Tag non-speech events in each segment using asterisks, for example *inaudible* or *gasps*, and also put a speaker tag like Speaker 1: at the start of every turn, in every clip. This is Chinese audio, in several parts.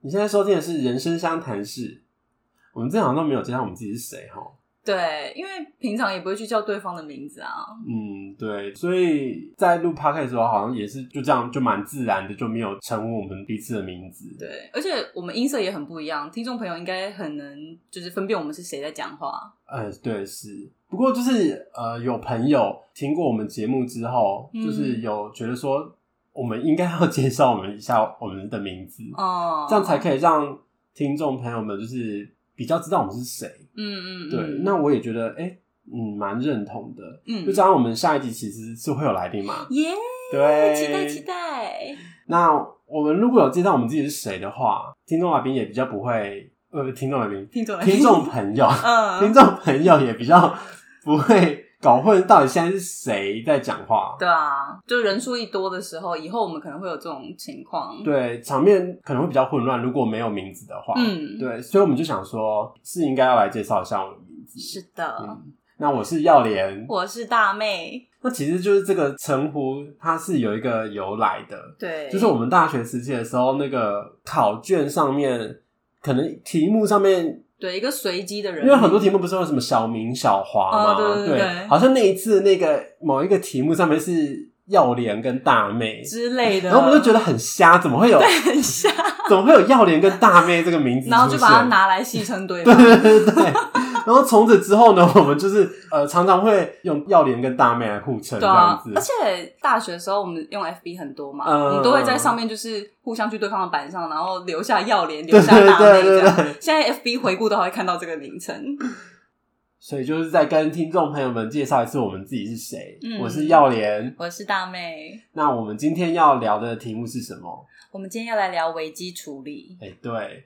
Speaker 1: 你现在收听的是《人生相谈室》，我们这好像都没有介绍我们自己是谁哈。
Speaker 2: 对，因为平常也不会去叫对方的名字啊。
Speaker 1: 嗯，对，所以在录 p o d c a s t 的时候，好像也是就这样，就蛮自然的，就没有称呼我们彼此的名字。，
Speaker 2: 对，而且我们音色也很不一样，听众朋友应该很能就是分辨我们是谁在讲话。
Speaker 1: 呃，对，是。不过就是呃，有朋友听过我们节目之后，
Speaker 2: 嗯
Speaker 1: 就是有觉得说，我们应该要 *laughs* 介绍我们一下我们的名字，
Speaker 2: 哦，
Speaker 1: 这样才可以让听众朋友们就是比较知道我们是谁。
Speaker 2: 嗯嗯嗯，
Speaker 1: 对，那我也觉得，哎、嗯，蛮认同的。
Speaker 2: 嗯
Speaker 1: 就这样，我们下一集其实是会有来宾嘛？
Speaker 2: 耶
Speaker 1: 对，
Speaker 2: 哦期待期。待。
Speaker 1: 那我们如果有介绍我们自己是谁的话，听众来宾也比较不会，呃，不是听众来
Speaker 2: *laughs*
Speaker 1: 宾，
Speaker 2: 听众来宾
Speaker 1: 听众朋友，
Speaker 2: *laughs* 嗯，
Speaker 1: 听众朋友也比较不会搞混到底现在是谁在讲话。
Speaker 2: 对啊，就人数一多的时候，以后我们可能会有这种情况。，
Speaker 1: 对，场面可能会比较混乱，如果没有名字的话。，
Speaker 2: 嗯，，
Speaker 1: 啊对，所以我们就想说，是应该要来介绍一下我们的名字。
Speaker 2: 是的，
Speaker 1: 嗯，那我是耀莲，
Speaker 2: 我是大妹，
Speaker 1: 那其实就是这个称呼，它是有一个由来的，
Speaker 2: 对，
Speaker 1: 就是我们大学时期的时候，那个考卷上面可能题目上面，
Speaker 2: 对一个随机的人，
Speaker 1: 因为很多题目不是有什么小明、小华嘛，
Speaker 2: 哦对对对对
Speaker 1: 好像那一次那个某一个题目上面是耀莲跟大妹，
Speaker 2: 之类的，
Speaker 1: 然后我们就觉得很瞎，怎么会有
Speaker 2: 很像，
Speaker 1: *laughs* 怎么会有耀莲跟大妹这个名字出现？
Speaker 2: 然后就把它拿来戏称对
Speaker 1: 对
Speaker 2: 方。
Speaker 1: 对对对对。然后从此之后呢，我们就是呃常常会用耀莲跟大妹来互称这
Speaker 2: 对
Speaker 1: 样
Speaker 2: 啊
Speaker 1: 子，，
Speaker 2: 而且大学的时候我们用 FB 很多嘛，
Speaker 1: 嗯
Speaker 2: 我们都会在上面就是互相去对方的板上，然后留下要脸，留下
Speaker 1: *laughs*
Speaker 2: 大
Speaker 1: 对
Speaker 2: 妹
Speaker 1: 对
Speaker 2: 这样
Speaker 1: 对对。
Speaker 2: 现在 FB 回顾都还会看到这个名称，
Speaker 1: 所以就是在跟听众朋友们介绍一次我们自己是谁。
Speaker 2: 嗯
Speaker 1: 我是耀莲。
Speaker 2: 我是大妹，
Speaker 1: 那我们今天要聊的题目是什么？
Speaker 2: 我们今天要来聊危机处理。
Speaker 1: 哎、对，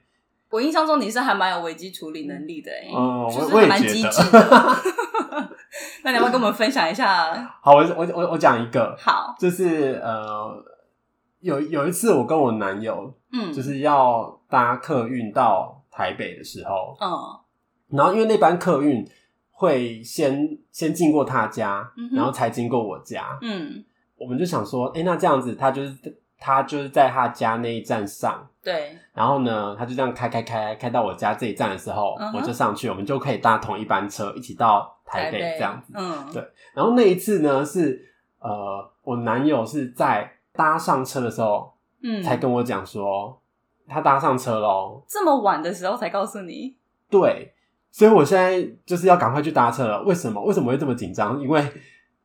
Speaker 2: 我印象中你是还蛮有危机处理能力的、欸，
Speaker 1: 嗯我
Speaker 2: 就是
Speaker 1: 我也
Speaker 2: 还蛮
Speaker 1: 觉
Speaker 2: 机
Speaker 1: 得
Speaker 2: 智的。 *laughs* 那你要不要跟我们分享一下？
Speaker 1: 好，我我我我讲一个，
Speaker 2: 好，
Speaker 1: 就是呃，有有一次我跟我男友
Speaker 2: 嗯，
Speaker 1: 就是要搭客运到台北的时候，
Speaker 2: 嗯
Speaker 1: 然后因为那班客运会先先经过他家
Speaker 2: 嗯，哼
Speaker 1: 然后才经过我家，
Speaker 2: 嗯，
Speaker 1: 我们就想说，哎、那这样子他就是他就是在他家那一站上。
Speaker 2: 对，
Speaker 1: 然后呢，他就这样开开开开到我家这一站的时候
Speaker 2: 嗯哼
Speaker 1: 我就上去，我们就可以搭同一班车一起到台北这样子。
Speaker 2: 嗯，
Speaker 1: 对然后那一次呢，是呃，我男友是在搭上车的时候
Speaker 2: 嗯，
Speaker 1: 才跟我讲说、他搭上车喽，
Speaker 2: 这么晚的时候才告诉你，
Speaker 1: 对，所以我现在就是要赶快去搭车了。为什么？为什么会这么紧张？因为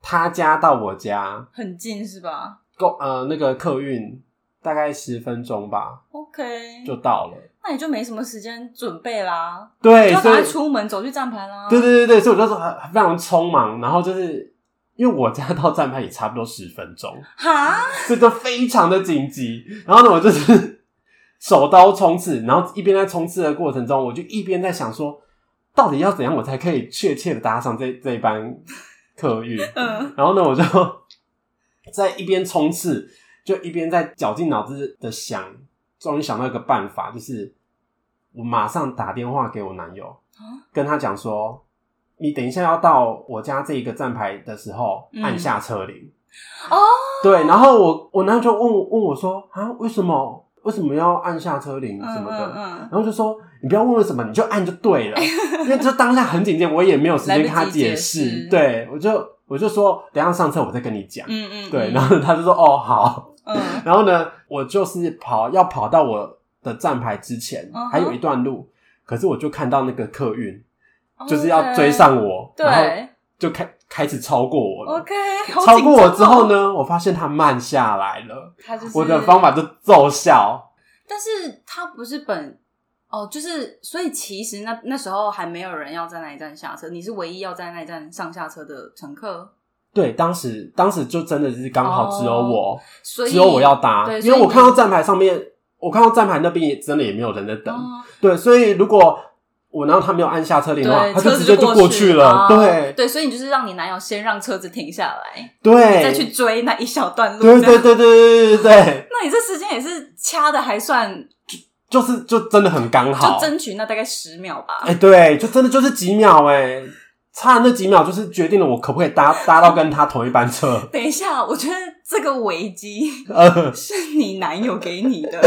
Speaker 1: 他家到我家
Speaker 2: 很近是吧
Speaker 1: 够呃那个客运大概十分钟吧
Speaker 2: ？OK，
Speaker 1: 就到了。
Speaker 2: 那你就没什么时间准备啦，
Speaker 1: 对，
Speaker 2: 就要
Speaker 1: 哎所
Speaker 2: 赶快
Speaker 1: 以
Speaker 2: 出门走去站牌啦。
Speaker 1: 对对对对，所以我就说呃非常匆忙，然后就是因为我家到站牌也差不多十分钟，
Speaker 2: 哈，
Speaker 1: 这个非常的紧急。然后呢，我就是手刀冲刺，然后一边在冲刺的过程中，我就一边在想说，到底要怎样我才可以确切的搭上这这一班客运？
Speaker 2: 嗯
Speaker 1: 然后呢，我就 *laughs* 在一边冲刺，就一边在绞尽脑汁的想，终于想到一个办法，就是我马上打电话给我男友，
Speaker 2: 啊
Speaker 1: 跟他讲说，你等一下要到我家这一个站牌的时候，
Speaker 2: 嗯
Speaker 1: 按下车铃。
Speaker 2: 哦，
Speaker 1: 对，然后我我男友就问我问我说啊，为什么为什么要按下车铃
Speaker 2: 嗯
Speaker 1: 什么的？
Speaker 2: 嗯嗯，
Speaker 1: 然后就说你不要问为什么，你就按就对了，因为就当下很紧张，我也没有时间跟他解
Speaker 2: 来不及
Speaker 1: 释
Speaker 2: 解释。
Speaker 1: 对，我就我就说等一下上车我再跟你讲。
Speaker 2: 嗯嗯，
Speaker 1: 对，*laughs*
Speaker 2: 嗯
Speaker 1: 然后他就说哦好，
Speaker 2: 嗯
Speaker 1: 然后呢，我就是跑要跑到我的站牌之前
Speaker 2: 嗯哼
Speaker 1: 还有一段路，可是我就看到那个客运 *laughs* 就是要追，上我，
Speaker 2: 哦对
Speaker 1: 然后就开开始超过我了。
Speaker 2: ，OK，
Speaker 1: *laughs*
Speaker 2: 好
Speaker 1: 超过我
Speaker 2: 紧
Speaker 1: 之
Speaker 2: 张哦
Speaker 1: 后，呢，我发现他慢下来了，
Speaker 2: 他就是
Speaker 1: 我的方法就奏效。
Speaker 2: 但是他不是本哦，就是所以其实那那时候还没有人要在那一站下车，你是唯一要在那一站上下车的乘客，
Speaker 1: 对，当时当时就真的是刚好只有
Speaker 2: 哦
Speaker 1: 我，
Speaker 2: 所以
Speaker 1: 只有我要搭
Speaker 2: 对，
Speaker 1: 因为
Speaker 2: 所以
Speaker 1: 我
Speaker 2: 你
Speaker 1: 看到站牌上面，我看到站牌那边也真的也没有人在等。
Speaker 2: 哦
Speaker 1: 对，所以如果我然后他没有按下车铃的话，
Speaker 2: 对，
Speaker 1: 他
Speaker 2: 车
Speaker 1: 直
Speaker 2: 子
Speaker 1: 接就
Speaker 2: 过
Speaker 1: 去
Speaker 2: 哦
Speaker 1: 了。对
Speaker 2: 对，所以你就是让你男友先让车子停下来，
Speaker 1: 对，
Speaker 2: 再去追那一小段路。
Speaker 1: 对
Speaker 2: 这
Speaker 1: 对
Speaker 2: 样
Speaker 1: 对对对对对，
Speaker 2: 那你这时间也是掐的还算，
Speaker 1: 就是就真的很刚好
Speaker 2: 就。争取那大概十秒吧。
Speaker 1: 哎，对，就真的就是几秒哎，差那几秒就是决定了我可不可以搭搭到跟他同一班车。
Speaker 2: 等一下，我觉得
Speaker 1: *laughs*
Speaker 2: 这个危机
Speaker 1: 呃，
Speaker 2: 是你男友给你的，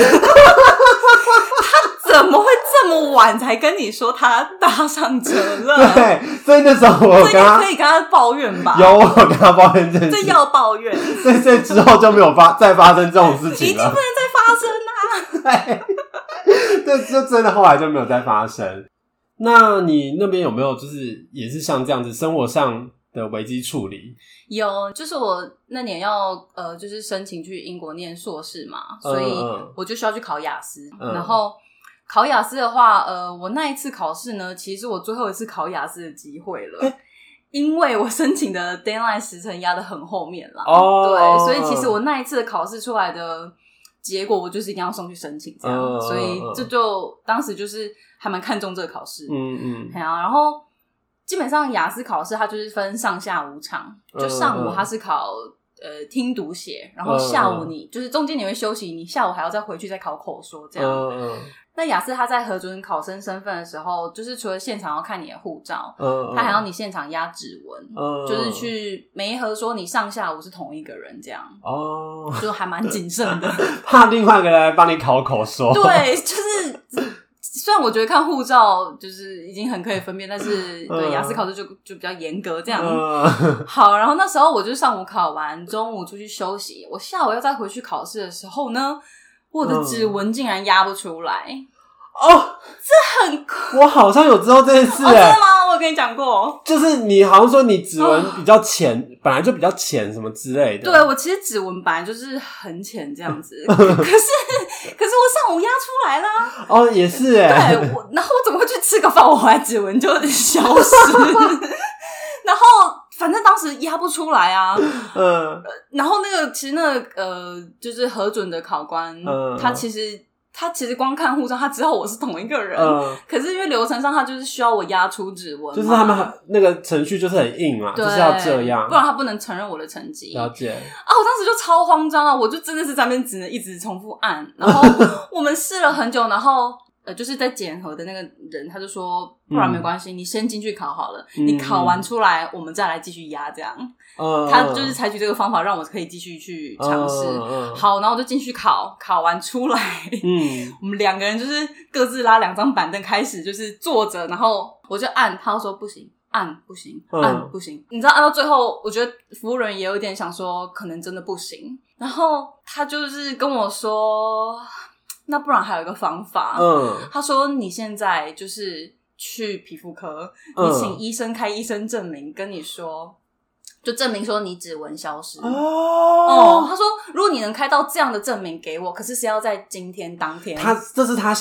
Speaker 2: 他晚才跟你说他搭上车了，
Speaker 1: 对，所以那时候我跟
Speaker 2: 这应该
Speaker 1: 他
Speaker 2: 可以跟他抱怨吧？
Speaker 1: 有我跟他抱怨这件
Speaker 2: 这
Speaker 1: 事，
Speaker 2: 要抱怨，一
Speaker 1: 所以所以之后就没有发再发生这种事
Speaker 2: 定
Speaker 1: 情
Speaker 2: 不能
Speaker 1: 了。
Speaker 2: 再发生啊！
Speaker 1: *laughs* 对，就真的后来就没有再发生。那你那边有没有就是也是像这样子生活上的危机处理？
Speaker 2: 有，就是我那年要呃，就是申请去英国念硕士嘛，所以
Speaker 1: 嗯嗯
Speaker 2: 我就需要去考雅思。
Speaker 1: 嗯
Speaker 2: 然后考雅思的话，呃，我那一次考试呢，其实是我最后一次考雅思的机会了。因为我申请的 deadline 时程压的很后面啦，
Speaker 1: 哦
Speaker 2: 对，所以其实我那一次的考试出来的结果，我就是一定要送去申请这样，
Speaker 1: 嗯嗯
Speaker 2: 所以
Speaker 1: 嗯
Speaker 2: 这就当时就是还蛮看重这个考试，
Speaker 1: 嗯嗯
Speaker 2: 对啊，然后基本上雅思考试它就是分上下午场，
Speaker 1: 嗯
Speaker 2: 就上午它是考呃听读写，然后下
Speaker 1: 嗯
Speaker 2: 午你就是中间你会休息，你下午还要再回去再考口说这样。
Speaker 1: 嗯
Speaker 2: 那雅思它在核准考生身份的时候，就是除了现场要看你的护照，
Speaker 1: 嗯，
Speaker 2: 它还要你现场压指纹，
Speaker 1: 嗯，
Speaker 2: 就是去媒合说你上下午是同一个人这样。
Speaker 1: 哦， *laughs*
Speaker 2: 就还蛮谨慎的，
Speaker 1: 怕另外一个人来帮你考口说。
Speaker 2: 对，啊就是虽然我觉得看护照就是已经很可以分辨，但是对
Speaker 1: 嗯
Speaker 2: 雅思考试就就比较严格这样。
Speaker 1: 嗯， *laughs*
Speaker 2: 好，然后那时候我就上午考完，中午出去休息，我下午要再回去考试的时候呢，我
Speaker 1: 嗯
Speaker 2: 的指纹竟然压不出来，
Speaker 1: 哦，
Speaker 2: 很酷。
Speaker 1: 我好像有知道这件事
Speaker 2: 哦，真
Speaker 1: 哎、
Speaker 2: 的吗？我有跟你讲过。哦
Speaker 1: 就是你好像说你指纹比较浅，本来就比较浅什么之类的。
Speaker 2: 对，我其实指纹本来就是很浅这样
Speaker 1: *laughs*
Speaker 2: 子，可是可是我上午压出来啊啦，
Speaker 1: 哦，也是哎、
Speaker 2: 对
Speaker 1: *laughs*
Speaker 2: 我，然后我怎么会去吃个饭，我还指纹就消失？ *laughs* 然后反正当时压不出来啊，
Speaker 1: 嗯
Speaker 2: 然后那个其实那个呃，就是核准的考官，
Speaker 1: 嗯
Speaker 2: 他其实他其实光看护照，他知道我是同一个人，
Speaker 1: 嗯，
Speaker 2: 可是因为流程上他就是需要我压出指纹嘛，
Speaker 1: 就是他们很那个程序就是很硬嘛，就
Speaker 2: 对
Speaker 1: 是要这样
Speaker 2: 不。然他不能承认我的成绩。
Speaker 1: 了解，
Speaker 2: 啊，我当时就超慌张啊，我就真的是在那边只能一直重复按，
Speaker 1: *laughs*
Speaker 2: 然后我们试了很久，然后。呃，就是在检核的那个人，他就说，不然没关系，你先进去考好了，
Speaker 1: 嗯
Speaker 2: 你考完出来，我们再来继续压这样。
Speaker 1: 嗯，
Speaker 2: 他就是采取这个方法，让我可以继续去尝试。
Speaker 1: 嗯嗯
Speaker 2: 好，然后我就进去考，考完出来，
Speaker 1: 嗯，
Speaker 2: 我们两个人就是各自拉两张板凳，开始就是坐着，然后我就按，他就说不行，按不行，
Speaker 1: 嗯
Speaker 2: 按不行。你知道按到最后，我觉得服务人员也有点想说，可能真的不行。然后他就是跟我说，那不然还有一个方法，
Speaker 1: 嗯，
Speaker 2: 他说你现在就是去皮肤科，
Speaker 1: 嗯
Speaker 2: 你请医生开医生证明，跟你说，就证明说你指纹消失。哦，
Speaker 1: 哦，
Speaker 2: 他说，如果你能开到这样的证明给我，可是是要在今天当天。
Speaker 1: 他这是他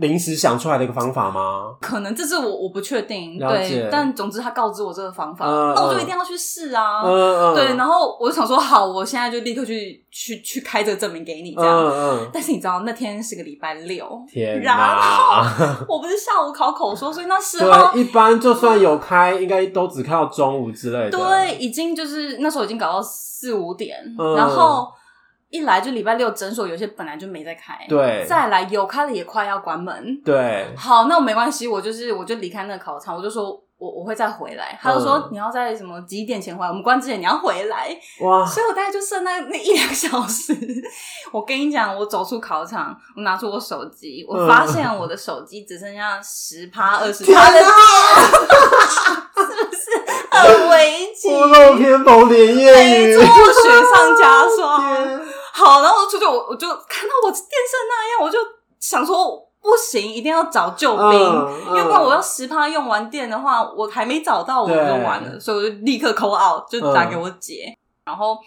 Speaker 1: 临时想出来的一个方法吗？
Speaker 2: 可能这是我我不确定，
Speaker 1: 了解
Speaker 2: 对，但总之他告知我这个方法，
Speaker 1: 嗯
Speaker 2: 那我就
Speaker 1: 嗯
Speaker 2: 一定要去试啊。
Speaker 1: 嗯嗯，
Speaker 2: 对，然
Speaker 1: 后
Speaker 2: 后我就想说，好，我现在就立刻去去去开这个证明给你这样。
Speaker 1: 嗯嗯，
Speaker 2: 但是你知道那天是个礼拜六， *laughs*
Speaker 1: 天
Speaker 2: 然后
Speaker 1: 哪！
Speaker 2: 我不是下午考口说，所以那时候
Speaker 1: *laughs* 对，一般就算有开，应该都只开到中午之类的。
Speaker 2: 对，，已经就是那时候已经搞到四五点，
Speaker 1: 嗯
Speaker 2: 然后一来就礼拜六诊所有些本来就没在开，
Speaker 1: 对
Speaker 2: 再来有开了也快要关门。
Speaker 1: 对，
Speaker 2: 好，那我没关系，我就是我就离开那个考场，我就说。我我会再回来，他就说、
Speaker 1: 嗯
Speaker 2: 你要在什么几点前回来，我们关之前你要回来，
Speaker 1: 哇，
Speaker 2: 所以我大概就剩那那一两个小时。 *laughs* 我跟你讲，我走出考场，我拿出我手机，我发现我的手机只剩下十趴二
Speaker 1: 嗯
Speaker 2: 十
Speaker 1: 天
Speaker 2: 趴的
Speaker 1: 哪
Speaker 2: 电，很危机。
Speaker 1: 屋漏偏逢连夜
Speaker 2: 没
Speaker 1: 雨
Speaker 2: 错，。雪上加霜。
Speaker 1: 天
Speaker 2: 好，然后出去我我就看到我电视那样，我就想说不行，一定要找救兵，
Speaker 1: 嗯嗯
Speaker 2: 要不然我要十趴用完电的话，我还没找到我就
Speaker 1: 对嗯
Speaker 2: 完了，所以我就立刻 call out 就打给我姐，然后。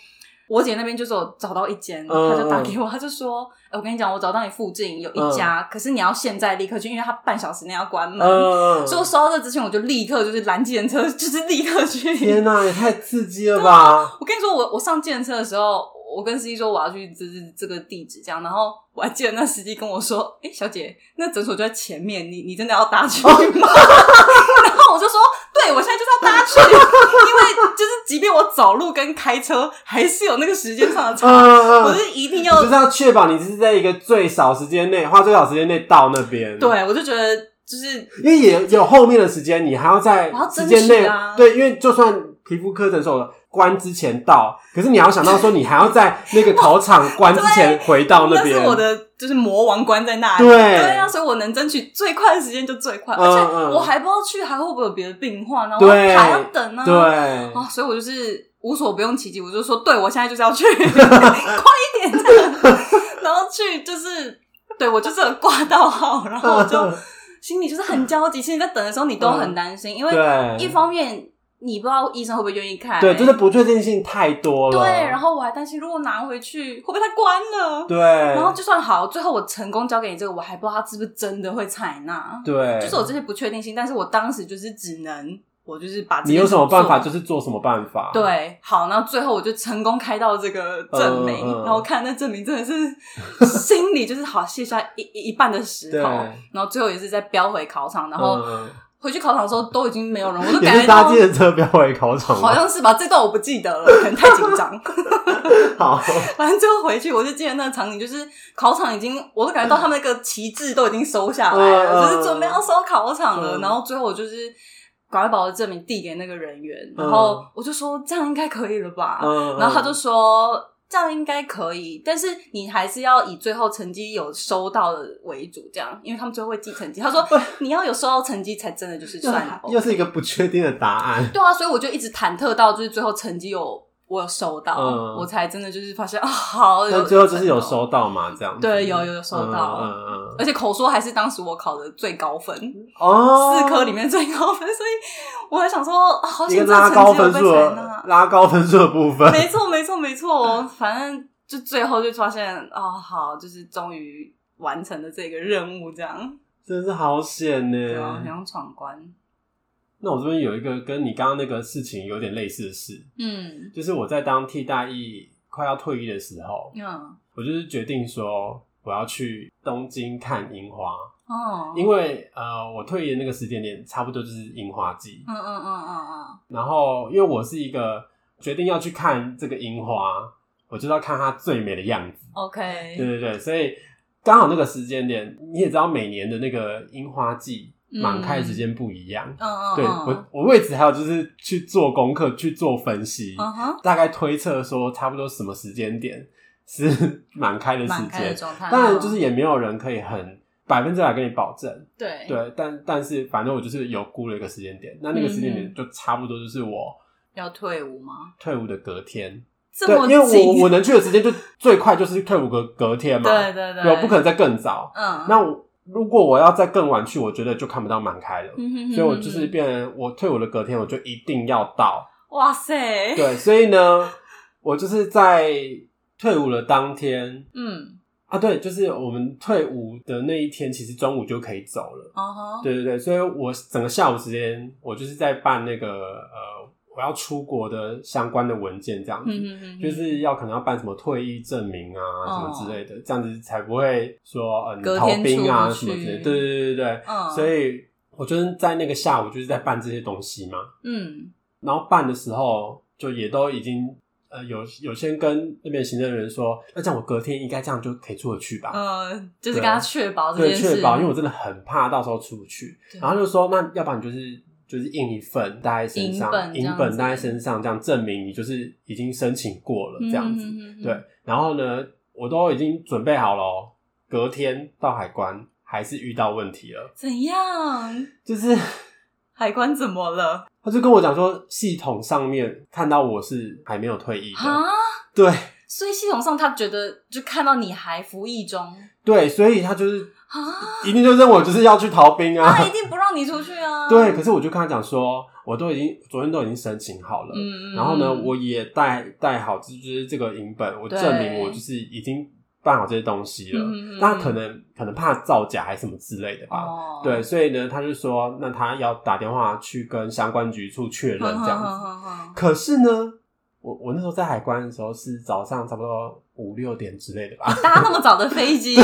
Speaker 2: 我姐那边就是有找到一间，她
Speaker 1: 嗯
Speaker 2: 就打给我，她就说：“哎我跟你讲，我找到你附近有一家，可是你要现在立刻去，因为它半小时内要关门。
Speaker 1: 嗯，
Speaker 2: 所以我收到这之前，我就立刻就是拦计程车，就是立刻去。
Speaker 1: 天哪，也太刺激了吧！
Speaker 2: 我跟你说，我我上计程车的时候，我跟司机说我要去这这这个地址，这样，然后我还记得那司机跟我说：“哎、小姐，那诊所就在前面，你你真的要搭去吗？” *laughs* 然后我就说：“对，我现在就是要搭去，因为就是即便我走路跟开车，还是有那个时间上的差，
Speaker 1: 嗯
Speaker 2: 啊我
Speaker 1: 嗯，
Speaker 2: 是一定
Speaker 1: 你
Speaker 2: 要
Speaker 1: 就是要确保你是在一个最少时间内，花最少时间内到那边。，
Speaker 2: 对，我就觉得就是
Speaker 1: 因为也有后面的时间，你还要在
Speaker 2: 我要
Speaker 1: 时
Speaker 2: 争取
Speaker 1: 间内
Speaker 2: 啊
Speaker 1: 对，因为就算皮肤科诊所关之前到，可是你要想到说你还要在那个考场关之
Speaker 2: *laughs*
Speaker 1: 前回到
Speaker 2: 那
Speaker 1: 边
Speaker 2: 是。我的就是魔王关在那里，
Speaker 1: 对
Speaker 2: 对啊，所以我能争取最快的时间就最快，
Speaker 1: 嗯
Speaker 2: 而且
Speaker 1: 嗯
Speaker 2: 我还不知道去还会不会有别的病患，然后
Speaker 1: 对
Speaker 2: 还要等啊，
Speaker 1: 对，
Speaker 2: 啊，所以我就是无所不用其极，我就说，对我现在就是要去， *laughs* 快一点 *laughs* 这样，然后去就是，对我就是有挂到号，然后我就心里就是很焦急，其实你在等的时候你都很担心，因为一
Speaker 1: 对啊
Speaker 2: 方面你不知道医生会不会愿意开，
Speaker 1: 对，就是不啊确定性太多了。
Speaker 2: 对，然后我还担心如果拿回去会不会太关了，
Speaker 1: 对，
Speaker 2: 然
Speaker 1: 然
Speaker 2: 后就算好，最后我成功交给你这个，我还不知道他是不是真的会采纳，
Speaker 1: 对，
Speaker 2: 就是有这些不确定性，但是我当时就是只能。我就是把这
Speaker 1: 你有
Speaker 2: 件事
Speaker 1: 什么办
Speaker 2: 做
Speaker 1: 法就是做什么办法。，
Speaker 2: 对，好，那最后我就成功开到这个证明，
Speaker 1: 嗯嗯嗯
Speaker 2: 然后看那证明真的是心里就是好卸下一一一半的石
Speaker 1: 对
Speaker 2: 头，然后最后也是再飙回考场，然后
Speaker 1: 嗯，
Speaker 2: 回去考场的时候都已经没有人，我都
Speaker 1: 也
Speaker 2: 感
Speaker 1: 是
Speaker 2: 觉
Speaker 1: 搭
Speaker 2: 到
Speaker 1: 计程车不要回考
Speaker 2: *laughs*
Speaker 1: 场
Speaker 2: 好
Speaker 1: 吗。
Speaker 2: 像是吧，这段我不记得了，可能太紧张。 *laughs*
Speaker 1: 好，
Speaker 2: 反正最后回去，我就记得那个场景，就是考场已经，我都感觉到他们那个旗帜都已经收下来
Speaker 1: 嗯嗯
Speaker 2: 了，就是准备要收考场了。
Speaker 1: 嗯
Speaker 2: 然后最后我就是赶快把我的证明递给那个人员，
Speaker 1: 嗯
Speaker 2: 然后我就说这样应该可以了吧？
Speaker 1: 嗯，
Speaker 2: 然后他就
Speaker 1: 嗯
Speaker 2: 说这样应该可以，但是你还是要以最后成绩有收到的为主，这样，因为他们最后会记成绩。他
Speaker 1: *laughs*
Speaker 2: 说你要有收到成绩才真的就是算哦
Speaker 1: 又
Speaker 2: 你
Speaker 1: 又是一个不确定的答案。
Speaker 2: 对啊，所以我就一直忐忑到就是最后成绩有我有收到，
Speaker 1: 嗯
Speaker 2: 我才真的就是发现啊，好，
Speaker 1: 但最后就是有收到嘛，这样子
Speaker 2: 对有有有收到
Speaker 1: 嗯嗯嗯
Speaker 2: 哦而且口说还是当时我考的最高分，
Speaker 1: 哦，
Speaker 2: 四科里面最高分，所以我还想说，啊、好
Speaker 1: 一个
Speaker 2: 险这
Speaker 1: 拉
Speaker 2: 个
Speaker 1: 高
Speaker 2: 成绩啊有
Speaker 1: 分
Speaker 2: 被
Speaker 1: 数哦
Speaker 2: 采
Speaker 1: 的
Speaker 2: 纳。
Speaker 1: 拉高分数的部 *laughs* 分，
Speaker 2: 没错，没错，没错，反正就最后就发现，哦，好，就是终于完成了这个任务，这样，
Speaker 1: 真是好险呢
Speaker 2: 对啊，。想闯关，
Speaker 1: 那我这边有一个跟你刚刚那个事情有点类似的事，
Speaker 2: 嗯
Speaker 1: 就是我在当替代役快要退役的时候，
Speaker 2: 嗯
Speaker 1: 我就是决定说我要去东京看樱花，
Speaker 2: 哦，
Speaker 1: 因为呃我退役的那个时间点差不多就是樱花季，
Speaker 2: 嗯嗯嗯嗯
Speaker 1: 然后因为我是一个决定要去看这个樱花，我就要看它最美的样子。
Speaker 2: 嗯，OK，
Speaker 1: 对对对，所以刚好那个时间点，你也知道每年的那个樱花季
Speaker 2: 嗯
Speaker 1: 满开时间不一样。
Speaker 2: 嗯嗯，
Speaker 1: 对
Speaker 2: 嗯
Speaker 1: 我，我为此还有就是去做功课，去做分析，
Speaker 2: 嗯哼，
Speaker 1: 大概推测说差不多什么时间点是 *laughs* 满开的时
Speaker 2: 满开的
Speaker 1: 间。
Speaker 2: 状态，
Speaker 1: 当然，就是
Speaker 2: 嗯
Speaker 1: 也没有人可以很百分之百跟你保证，
Speaker 2: 对
Speaker 1: 对。但但是反正我就是有估了一个时间点，那那个时间
Speaker 2: 嗯
Speaker 1: 点就差不多就是我
Speaker 2: 要退伍吗？
Speaker 1: 退伍的隔天。
Speaker 2: 这
Speaker 1: 对
Speaker 2: 么，
Speaker 1: 因为我
Speaker 2: 近
Speaker 1: 我能去的时间就最快就是退伍隔隔天嘛。
Speaker 2: *laughs* 对对对，
Speaker 1: 对，不可能再更早。
Speaker 2: 嗯，
Speaker 1: 那我如果我要再更晚去，我觉得就看不到满开了。
Speaker 2: 嗯哼哼哼
Speaker 1: 所以我就是变成我退伍的隔天，我就一定要到。
Speaker 2: 哇塞，
Speaker 1: 对，所以呢，我就是在退伍的当天
Speaker 2: 嗯，
Speaker 1: 啊，对，就是我们退伍的那一天，其实中午就可以走了。
Speaker 2: 哦哈，
Speaker 1: 对对对，所以我整个下午时间，我就是在办那个呃，我要出国的相关的文件这样子。
Speaker 2: 嗯嗯嗯，
Speaker 1: 就是要可能要办什么退役证明啊，什
Speaker 2: 哦
Speaker 1: 么之类的，这样子才不会说呃
Speaker 2: 隔
Speaker 1: 你逃
Speaker 2: 天
Speaker 1: 兵啊
Speaker 2: 出
Speaker 1: 什
Speaker 2: 不
Speaker 1: 么
Speaker 2: 去
Speaker 1: 之类的。对对对对对，
Speaker 2: 嗯
Speaker 1: 所以我就是在那个下午就是在办这些东西嘛，
Speaker 2: 嗯
Speaker 1: 然后办的时候就也都已经呃有有先跟那边行政人员说，那这样我隔天应该这样就可以出得去吧？
Speaker 2: 呃，就是跟他确保这
Speaker 1: 对，
Speaker 2: 件事，嗯
Speaker 1: 确保，因为我真的很怕到时候出不去。
Speaker 2: 对
Speaker 1: 然后就说，那要不然你就是就是印一份带在身上
Speaker 2: 银本，这
Speaker 1: 银
Speaker 2: 样
Speaker 1: 本
Speaker 2: 子
Speaker 1: 带在身上，这样证明你就是已经申请过了这样子。
Speaker 2: 嗯哼哼哼
Speaker 1: 对，然后呢，我都已经准备好了哦，隔天到海关还是遇到问题了，
Speaker 2: 怎样？
Speaker 1: 就是
Speaker 2: 海关怎么了？
Speaker 1: 他就跟我讲说，系统上面看到我是还没有退役的，
Speaker 2: 啊？
Speaker 1: 对
Speaker 2: 所以系统上他觉得就看到你还服役中
Speaker 1: 对，所以他就是 *laughs*
Speaker 2: 啊，
Speaker 1: 一定就认为我就是要去逃兵啊
Speaker 2: 他，一定不让你出去啊。
Speaker 1: 对，可是我就跟他讲说，我都已经昨天都已经申请好了，
Speaker 2: 嗯，嗯，
Speaker 1: 然后呢，
Speaker 2: 嗯
Speaker 1: 我也带带好就是这个银本，我
Speaker 2: 对
Speaker 1: 证明我就是已经办好这些东西了
Speaker 2: 嗯嗯嗯。
Speaker 1: 那、可能可能怕造假还是什么之类的吧。
Speaker 2: 哦，
Speaker 1: 对，所以呢，他就说，那他要打电话去跟相关局处确认
Speaker 2: 哼，
Speaker 1: 这样子。
Speaker 2: 子，
Speaker 1: 可是呢，我我那时候在海关的时候是早上差不多五六点之类的吧。
Speaker 2: 搭那么早的飞
Speaker 1: *laughs*
Speaker 2: 机，
Speaker 1: 对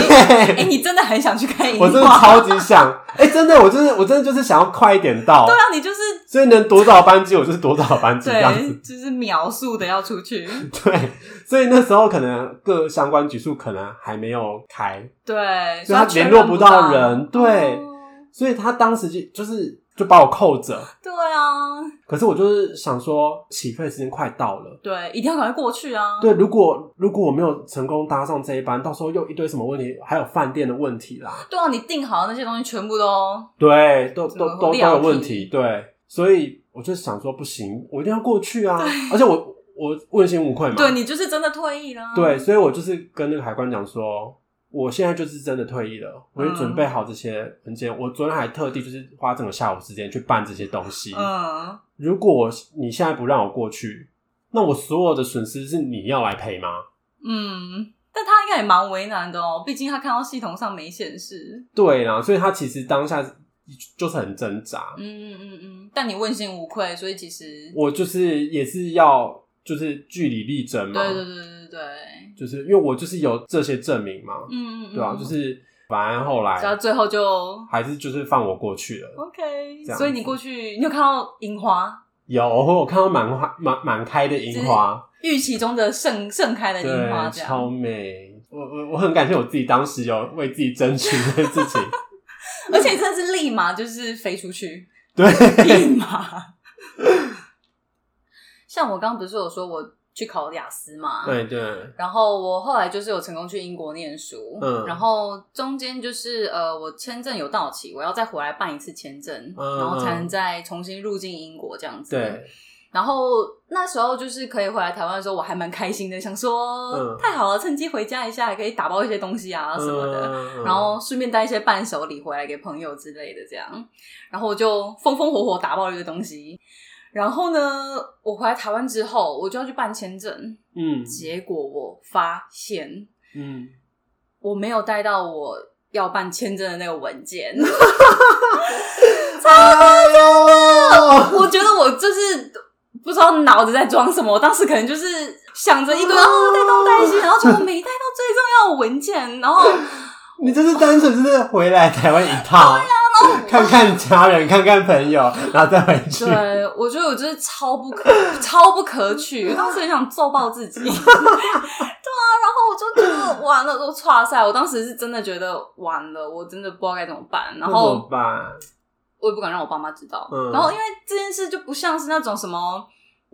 Speaker 2: 哎，你真的很想去看樱
Speaker 1: 我
Speaker 2: 花？
Speaker 1: 真的超级想，哎、真的，我就是我真的就是想要快一点到，
Speaker 2: *laughs* 对啊，你就是
Speaker 1: 所以能多早班机我就是多早班 *laughs* 机这样子 *laughs*
Speaker 2: 对，。就是秒速的要出去，
Speaker 1: 对，所以那时候可能各相关局处可能还没有开，
Speaker 2: 对，
Speaker 1: 所以他
Speaker 2: 确认
Speaker 1: 联络不到
Speaker 2: 不
Speaker 1: 人对
Speaker 2: 哦
Speaker 1: 所以他当时就就是就把我扣着。
Speaker 2: 对啊，
Speaker 1: 可是我就是想说，起飞的时间快到了。
Speaker 2: 对，一定要赶快过去啊！
Speaker 1: 对，如果如果我没有成功搭上这一班，到时候又一堆什么问题，还有饭店的问题啦，
Speaker 2: 对啊，你订好那些东西全部都
Speaker 1: 对，都都
Speaker 2: 什么
Speaker 1: 都都
Speaker 2: 料
Speaker 1: 有
Speaker 2: 理
Speaker 1: 问题，对，所以我就想说不行，我一定要过去啊！而且我我问心无愧嘛，
Speaker 2: 对你就是真的退役啦。
Speaker 1: 对，所以我就是跟那个海关讲说，我现在就是真的退役了，我已经准备好这些文件，我昨天还特地就是花整个下午时间去办这些东西。
Speaker 2: 嗯，
Speaker 1: 如果我你现在不让我过去，那我所有的损失是你要来赔吗？
Speaker 2: 嗯，但他应该也蛮为难的哦，毕竟他看到系统上没显示。
Speaker 1: 对啦，所以他其实当下就是很挣扎。
Speaker 2: 嗯嗯嗯嗯，但你问心无愧，所以其实
Speaker 1: 我就是也是要就是据理力争嘛，
Speaker 2: 对对对对对，对
Speaker 1: 就是因为我就是有这些证明嘛，
Speaker 2: 嗯嗯，
Speaker 1: 对啊，
Speaker 2: 嗯
Speaker 1: 就是哎反正后
Speaker 2: 只要
Speaker 1: 来
Speaker 2: 最后就
Speaker 1: 还是就是放我过去了。
Speaker 2: OK
Speaker 1: 这。样
Speaker 2: 所以你过去，你有看到樱花，
Speaker 1: 有，我看到满花满满开的樱花，
Speaker 2: 预期中的盛盛开的樱花，
Speaker 1: 对，
Speaker 2: 这
Speaker 1: 超
Speaker 2: 样。
Speaker 1: 美。我我我很感谢我自己当时有为自己争取这件事
Speaker 2: *laughs*
Speaker 1: 情，
Speaker 2: 而且真的是立马就是飞出去，
Speaker 1: 对，
Speaker 2: 立马。像我刚刚不是有说我去考雅思嘛？。
Speaker 1: 对对，
Speaker 2: 然后我后来就是有成功去英国念书，
Speaker 1: 嗯
Speaker 2: 然后中间就是呃，我签证有到期，我要再回来办一次签证，
Speaker 1: 嗯
Speaker 2: 然后才能再重新入境英国这样子。
Speaker 1: 对，
Speaker 2: 然后那时候就是可以回来台湾的时候，我还蛮开心的，想说、
Speaker 1: 嗯
Speaker 2: 太好了，趁机回家一下，可以打包一些东西啊什么的。
Speaker 1: 嗯
Speaker 2: 然后顺便带一些伴手礼回来给朋友之类的，这样，然后我就风风火火打包了一个东西。然后呢，我回来台湾之后，我就要去办签证，
Speaker 1: 嗯
Speaker 2: 结果我发现
Speaker 1: 嗯，
Speaker 2: 我没有带到我要办签证的那个文件。 *laughs*
Speaker 1: 哎呦
Speaker 2: 我觉得我就是不知道脑子在装什么，我当时可能就是想着一堆哦带东带西，然后结果没带到最重要的文件，然后
Speaker 1: 你这是单纯就是回来台湾一
Speaker 2: *laughs*
Speaker 1: 趟，看看家人，看看朋友，然后再回 *laughs* 去。
Speaker 2: 哦对，我觉得我真是超
Speaker 1: *laughs*
Speaker 2: 不可超不可取，当时很想揍爆自己。对啊，然后我就觉得完了，都岔赛。我当时是真的觉得完了，我真的不知道该怎么办。然
Speaker 1: 那怎么
Speaker 2: 后
Speaker 1: 办？
Speaker 2: 我也不敢让我爸妈知道。
Speaker 1: 嗯
Speaker 2: 然后因为这件事就不像是那种什么，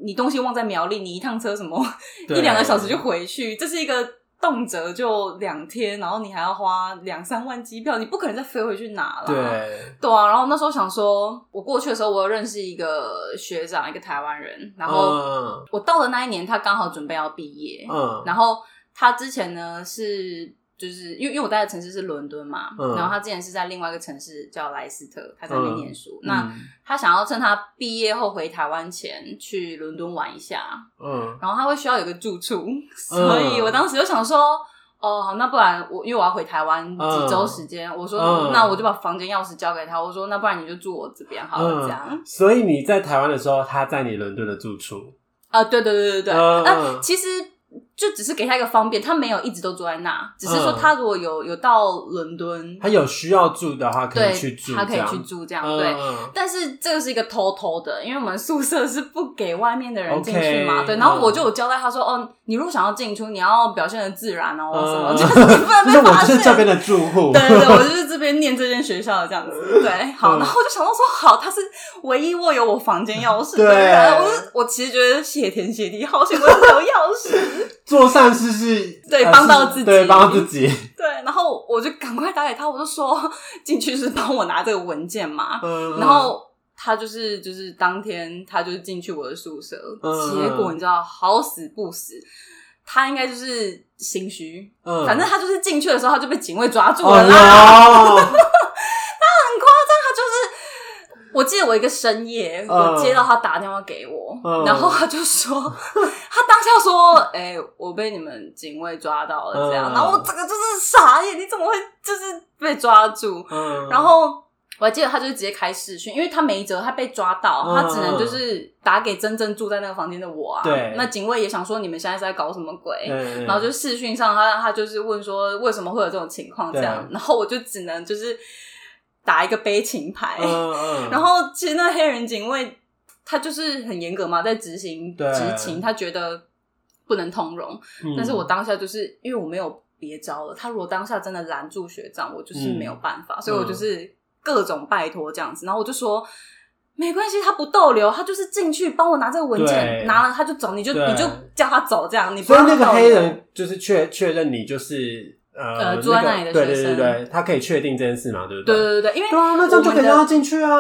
Speaker 2: 你东西忘在苗栗，你一趟车什么
Speaker 1: 对
Speaker 2: 一两个小时就回去，这是一个。动辄就两天，然后你还要花两三万机票，你不可能再飞回去拿了。
Speaker 1: 对，
Speaker 2: 对啊，然后那时候想说，我过去的时候，我有认识一个学长，一个台湾人。然后
Speaker 1: 嗯
Speaker 2: 我到的那一年，他刚好准备要毕业。
Speaker 1: 嗯
Speaker 2: 然后他之前呢是就是因为因为我待的城市是伦敦嘛，
Speaker 1: 嗯
Speaker 2: 然后他之前是在另外一个城市叫莱斯特，他在那边
Speaker 1: 嗯
Speaker 2: 念书。那
Speaker 1: 嗯
Speaker 2: 他想要趁他毕业后回台湾前去伦敦玩一下，
Speaker 1: 嗯
Speaker 2: 然后他会需要有个住处，所以我当时就想说。哦，好，那不然我因为我要回台湾几周时间，我说、
Speaker 1: 嗯
Speaker 2: 那我就把房间钥匙交给他，我说那不然你就住我这边好
Speaker 1: 嗯
Speaker 2: 了，这样啊、
Speaker 1: 所以你在台湾的时候，他在你伦敦的住处，
Speaker 2: 对对对对对，
Speaker 1: 嗯
Speaker 2: 啊，其实就只是给他一个方便，他没有一直都住在那，只是说
Speaker 1: 嗯
Speaker 2: 他如果有有到伦敦，
Speaker 1: 他有需要住的话可
Speaker 2: 对
Speaker 1: 以去住，
Speaker 2: 他可以
Speaker 1: 这样
Speaker 2: 去，住这样，
Speaker 1: 嗯
Speaker 2: 对，
Speaker 1: 嗯
Speaker 2: 但是这个是一个偷偷的，因为我们宿舍是不给外面的人进去嘛
Speaker 1: OK，
Speaker 2: 对。然后
Speaker 1: 嗯
Speaker 2: 我就有交代他说，哦，你如果想要进出，你要表现的自然哦，什么，
Speaker 1: 嗯
Speaker 2: 就是你不能
Speaker 1: 就是
Speaker 2: 被
Speaker 1: 我
Speaker 2: 发
Speaker 1: 就是
Speaker 2: 现。
Speaker 1: 这边的住户，
Speaker 2: 对对对，我就是这边念这间学校的这样子，对，好，
Speaker 1: 嗯
Speaker 2: 然后我就想到说，好，他是唯一握有我房间钥匙的
Speaker 1: 对
Speaker 2: 人，啊我就我其实觉得谢天谢地，好险我有钥匙，
Speaker 1: *laughs* 做善事是
Speaker 2: 对
Speaker 1: 呃
Speaker 2: 帮到
Speaker 1: 是
Speaker 2: 自己
Speaker 1: 对，帮到自己，
Speaker 2: 对，然后我就赶快打给他，我就说 *laughs* 进去是帮我拿这个文件嘛，
Speaker 1: 嗯，
Speaker 2: 然后他就是就是当天他就进去我的宿舍，
Speaker 1: 嗯
Speaker 2: 结果你知道好死不死，他应该就是心虚，
Speaker 1: 嗯
Speaker 2: 反正他就是进去的时候他就被警卫抓住
Speaker 1: 哦
Speaker 2: 了啦， *laughs*
Speaker 1: 哟，
Speaker 2: 他就是。我记得我一个深夜，
Speaker 1: 嗯
Speaker 2: 我接到他打电话给我，
Speaker 1: 嗯
Speaker 2: 然后他
Speaker 1: *laughs*
Speaker 2: 就说，他当下说：“哎、我被你们警卫抓到了。”这样，
Speaker 1: 嗯
Speaker 2: 然后我整个就是傻眼，你怎么会就是被抓住？
Speaker 1: 嗯
Speaker 2: 然后我还记得他就是直接开视讯，因为他没辙，他被抓到，
Speaker 1: 嗯
Speaker 2: 他只能就是打给真正住在那个房间的我啊。
Speaker 1: 对
Speaker 2: 那警卫也想说你们现在是在搞什么鬼？
Speaker 1: 对
Speaker 2: 然后就视讯上他，他就是问说为什么会有这种情况这样，
Speaker 1: 对
Speaker 2: 然后我就只能就是打一个悲情牌。
Speaker 1: 嗯嗯，
Speaker 2: 哎然后其实那黑人警卫他就是很严格嘛，在执行
Speaker 1: 对
Speaker 2: 执勤，他觉得不能通融，
Speaker 1: 嗯
Speaker 2: 但是我当下就是
Speaker 1: 嗯
Speaker 2: 因为我没有别招了，他如果当下真的拦住学长，我就是没有办法，所以我就是各种拜托这样子，然后我就说。没关系，他不逗留，他就是进去帮我拿这个文
Speaker 1: 对
Speaker 2: 件，拿了他就走，你就
Speaker 1: 对
Speaker 2: 你就叫他走，这样你不
Speaker 1: 嗯所以
Speaker 2: 要
Speaker 1: 那个
Speaker 2: 逗
Speaker 1: 黑
Speaker 2: 留
Speaker 1: 人就是确确认你就是呃
Speaker 2: 呃住在那里的
Speaker 1: 那个对
Speaker 2: 学
Speaker 1: 对对
Speaker 2: 生
Speaker 1: 对，他可以确定这件事嘛，对不
Speaker 2: 对
Speaker 1: 对
Speaker 2: 对对对，因为
Speaker 1: 对啊，那这样就可以让
Speaker 2: 我
Speaker 1: 他
Speaker 2: 们的
Speaker 1: 进去啊。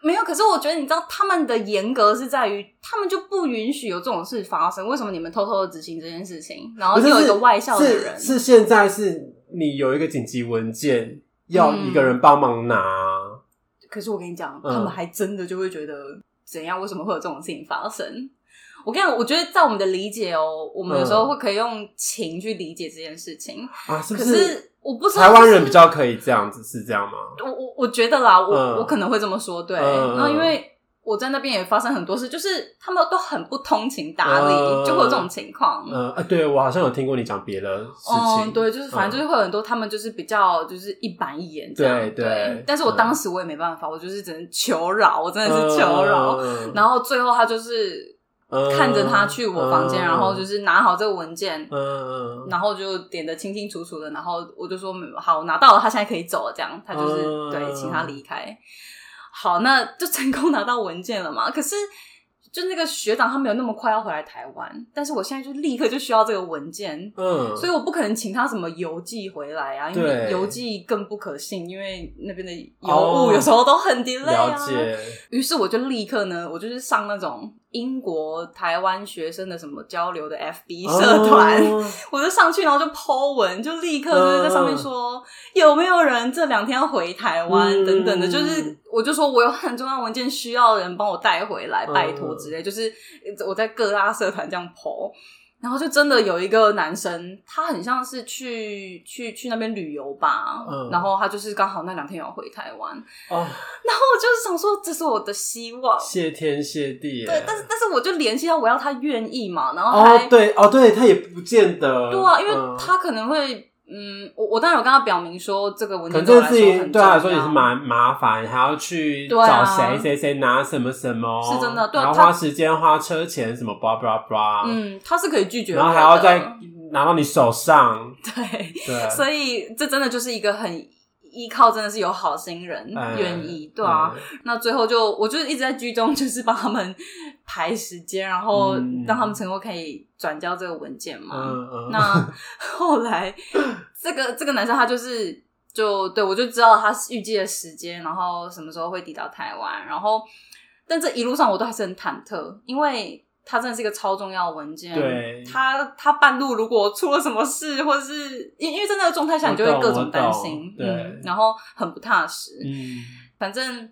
Speaker 2: 没有。可是我觉得你知道他们的严格是在于，他们就不允许有这种事发生。为什么你们偷偷的执行这件事情，然后
Speaker 1: 可
Speaker 2: 又
Speaker 1: 是
Speaker 2: 有
Speaker 1: 是
Speaker 2: 一个外校的人？
Speaker 1: 是是现在是你有一个紧急文件要
Speaker 2: 嗯
Speaker 1: 一个人帮忙拿，啊
Speaker 2: 可是我跟你讲，
Speaker 1: 嗯
Speaker 2: 他们还真的就会觉得怎样？为什么会有这种事情发生？我跟你讲，我觉得在我们的理解哦，我们有时候会可以用情去理解这件事情。
Speaker 1: 啊，嗯是不
Speaker 2: 可是我不知道
Speaker 1: 台湾人比
Speaker 2: 就是
Speaker 1: 较可以这样子，是这样吗？
Speaker 2: 我我我觉得啦，我、
Speaker 1: 嗯
Speaker 2: 我可能会这么说，对。
Speaker 1: 嗯嗯
Speaker 2: 然后因为我在那边也发生很多事，就是他们都很不通情达理，
Speaker 1: 嗯
Speaker 2: 就会有这种情况。哦
Speaker 1: 呃，啊，对我好像有听过你讲别的事情，
Speaker 2: 嗯，对，就是反正就是会有很多他们就是比较就是一板一眼这样，
Speaker 1: 对对
Speaker 2: 对但是我
Speaker 1: 嗯
Speaker 2: 当时我也没办法，我就是只能求饶，我真
Speaker 1: 嗯，
Speaker 2: 的是求饶。
Speaker 1: 嗯
Speaker 2: 然后最后他就是
Speaker 1: 嗯
Speaker 2: 看着他去我房间，
Speaker 1: 嗯
Speaker 2: 然后就是拿好这个文件，
Speaker 1: 嗯，
Speaker 2: 然后就点的清清楚楚的，然后我就说嗯好，我拿到了，他现在可以走了，这样他就是、
Speaker 1: 嗯
Speaker 2: 对，请他离开。好，那就成功拿到文件了嘛。可是就那个学长他没有那么快要回来台湾，但是我现在就立刻就需要这个文件。
Speaker 1: 嗯，
Speaker 2: 所以我不可能请他什么邮寄回来啊，因
Speaker 1: 对
Speaker 2: 为邮寄更不可信，因为那边的邮
Speaker 1: 哦
Speaker 2: 物有时候都很 delay 啊。
Speaker 1: 了解，
Speaker 2: 于是我就立刻呢，我就是上那种英国台湾学生的什么交流的 FB 社团，
Speaker 1: 哦
Speaker 2: 我就上去，然后就 Po 文，就立刻就是在
Speaker 1: 嗯
Speaker 2: 上面说、有没有人这两天要回台湾、
Speaker 1: 嗯
Speaker 2: 等等的，就是我就说我有很重要文件需要人帮我带回来，
Speaker 1: 嗯
Speaker 2: 拜托之类，就是我在各大社团这样 Po。然后就真的有一个男生，他很像是去去去那边旅游吧，
Speaker 1: 嗯
Speaker 2: 然后他就是刚好那两天有回台湾，然
Speaker 1: 哦，
Speaker 2: 后我就是想说这是我的希望，
Speaker 1: 谢天谢地耶，
Speaker 2: 对，但是但是我就联系他，我要他愿意嘛，然后还、
Speaker 1: 哦，对，哦，对，他也不见得，
Speaker 2: 对啊，因
Speaker 1: 嗯
Speaker 2: 为他可能会，嗯，我我当然有跟他表明说这个文
Speaker 1: 可能
Speaker 2: 件
Speaker 1: 这个
Speaker 2: 对我来
Speaker 1: 事
Speaker 2: 说
Speaker 1: 情
Speaker 2: 很
Speaker 1: 对他来
Speaker 2: 重
Speaker 1: 说也
Speaker 2: 要啊
Speaker 1: 是蛮麻烦，还要去
Speaker 2: 对
Speaker 1: 找
Speaker 2: 啊
Speaker 1: 谁谁谁拿什么什么，
Speaker 2: 是真的对啊
Speaker 1: 然后
Speaker 2: 他
Speaker 1: 花时间花车钱什么，blah blah blah，，
Speaker 2: 嗯，他是可以拒绝我的，
Speaker 1: 然后还要再拿到你手上，
Speaker 2: 对，
Speaker 1: *laughs* 对，
Speaker 2: *laughs* 所以这真的就是一个很依靠，真的是有好心人
Speaker 1: 哎
Speaker 2: 愿意，对啊。，那最后就我就是一直在居中，就是帮他们排时间，然后
Speaker 1: 嗯
Speaker 2: 让他们成功可以转交这个文件嘛。
Speaker 1: 嗯 *laughs* 嗯，
Speaker 2: 那后
Speaker 1: *laughs*
Speaker 2: 来，这个这个男生他就是就对我就知道他预计的时间，然后什么时候会抵达台湾，然后但这一路上我都还是很忐忑，因为他真的是一个超重要的文件。
Speaker 1: 对
Speaker 2: 他他半路如果出了什么事，或是因因为在那个状态下，你就
Speaker 1: 我
Speaker 2: 会
Speaker 1: 懂
Speaker 2: 各
Speaker 1: 我
Speaker 2: 种
Speaker 1: 懂
Speaker 2: 担心，
Speaker 1: 对
Speaker 2: 嗯，然后很不踏实，
Speaker 1: 嗯，
Speaker 2: 反正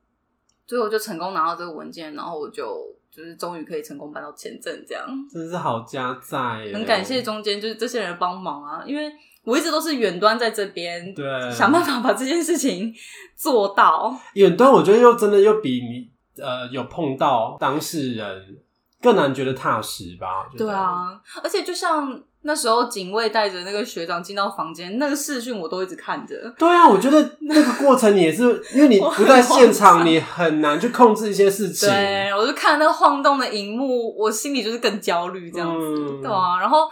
Speaker 2: 最后就成功拿到这个文件，然后我就就是终于可以成功办到签证这样。
Speaker 1: 真是好家在耶，
Speaker 2: 很感谢中间就是这些人帮忙啊，因为我一直都是远端在这边，
Speaker 1: 对
Speaker 2: 想办法把这件事情做到。
Speaker 1: 远端，我觉得又真的又比你呃有碰到当事人更难觉得踏实吧，我觉得
Speaker 2: 对，啊，而且就像那时候警卫带着那个学长进到房间，那个视讯我都一直看着。
Speaker 1: 对啊，我觉得那个过程你
Speaker 2: *laughs*
Speaker 1: 也是，因为你不在现场，
Speaker 2: 我
Speaker 1: 你很难去控制一些事情。
Speaker 2: 对，我就看那个晃动的荧幕，我心里就是更焦虑这样子。
Speaker 1: 嗯
Speaker 2: 对啊，然后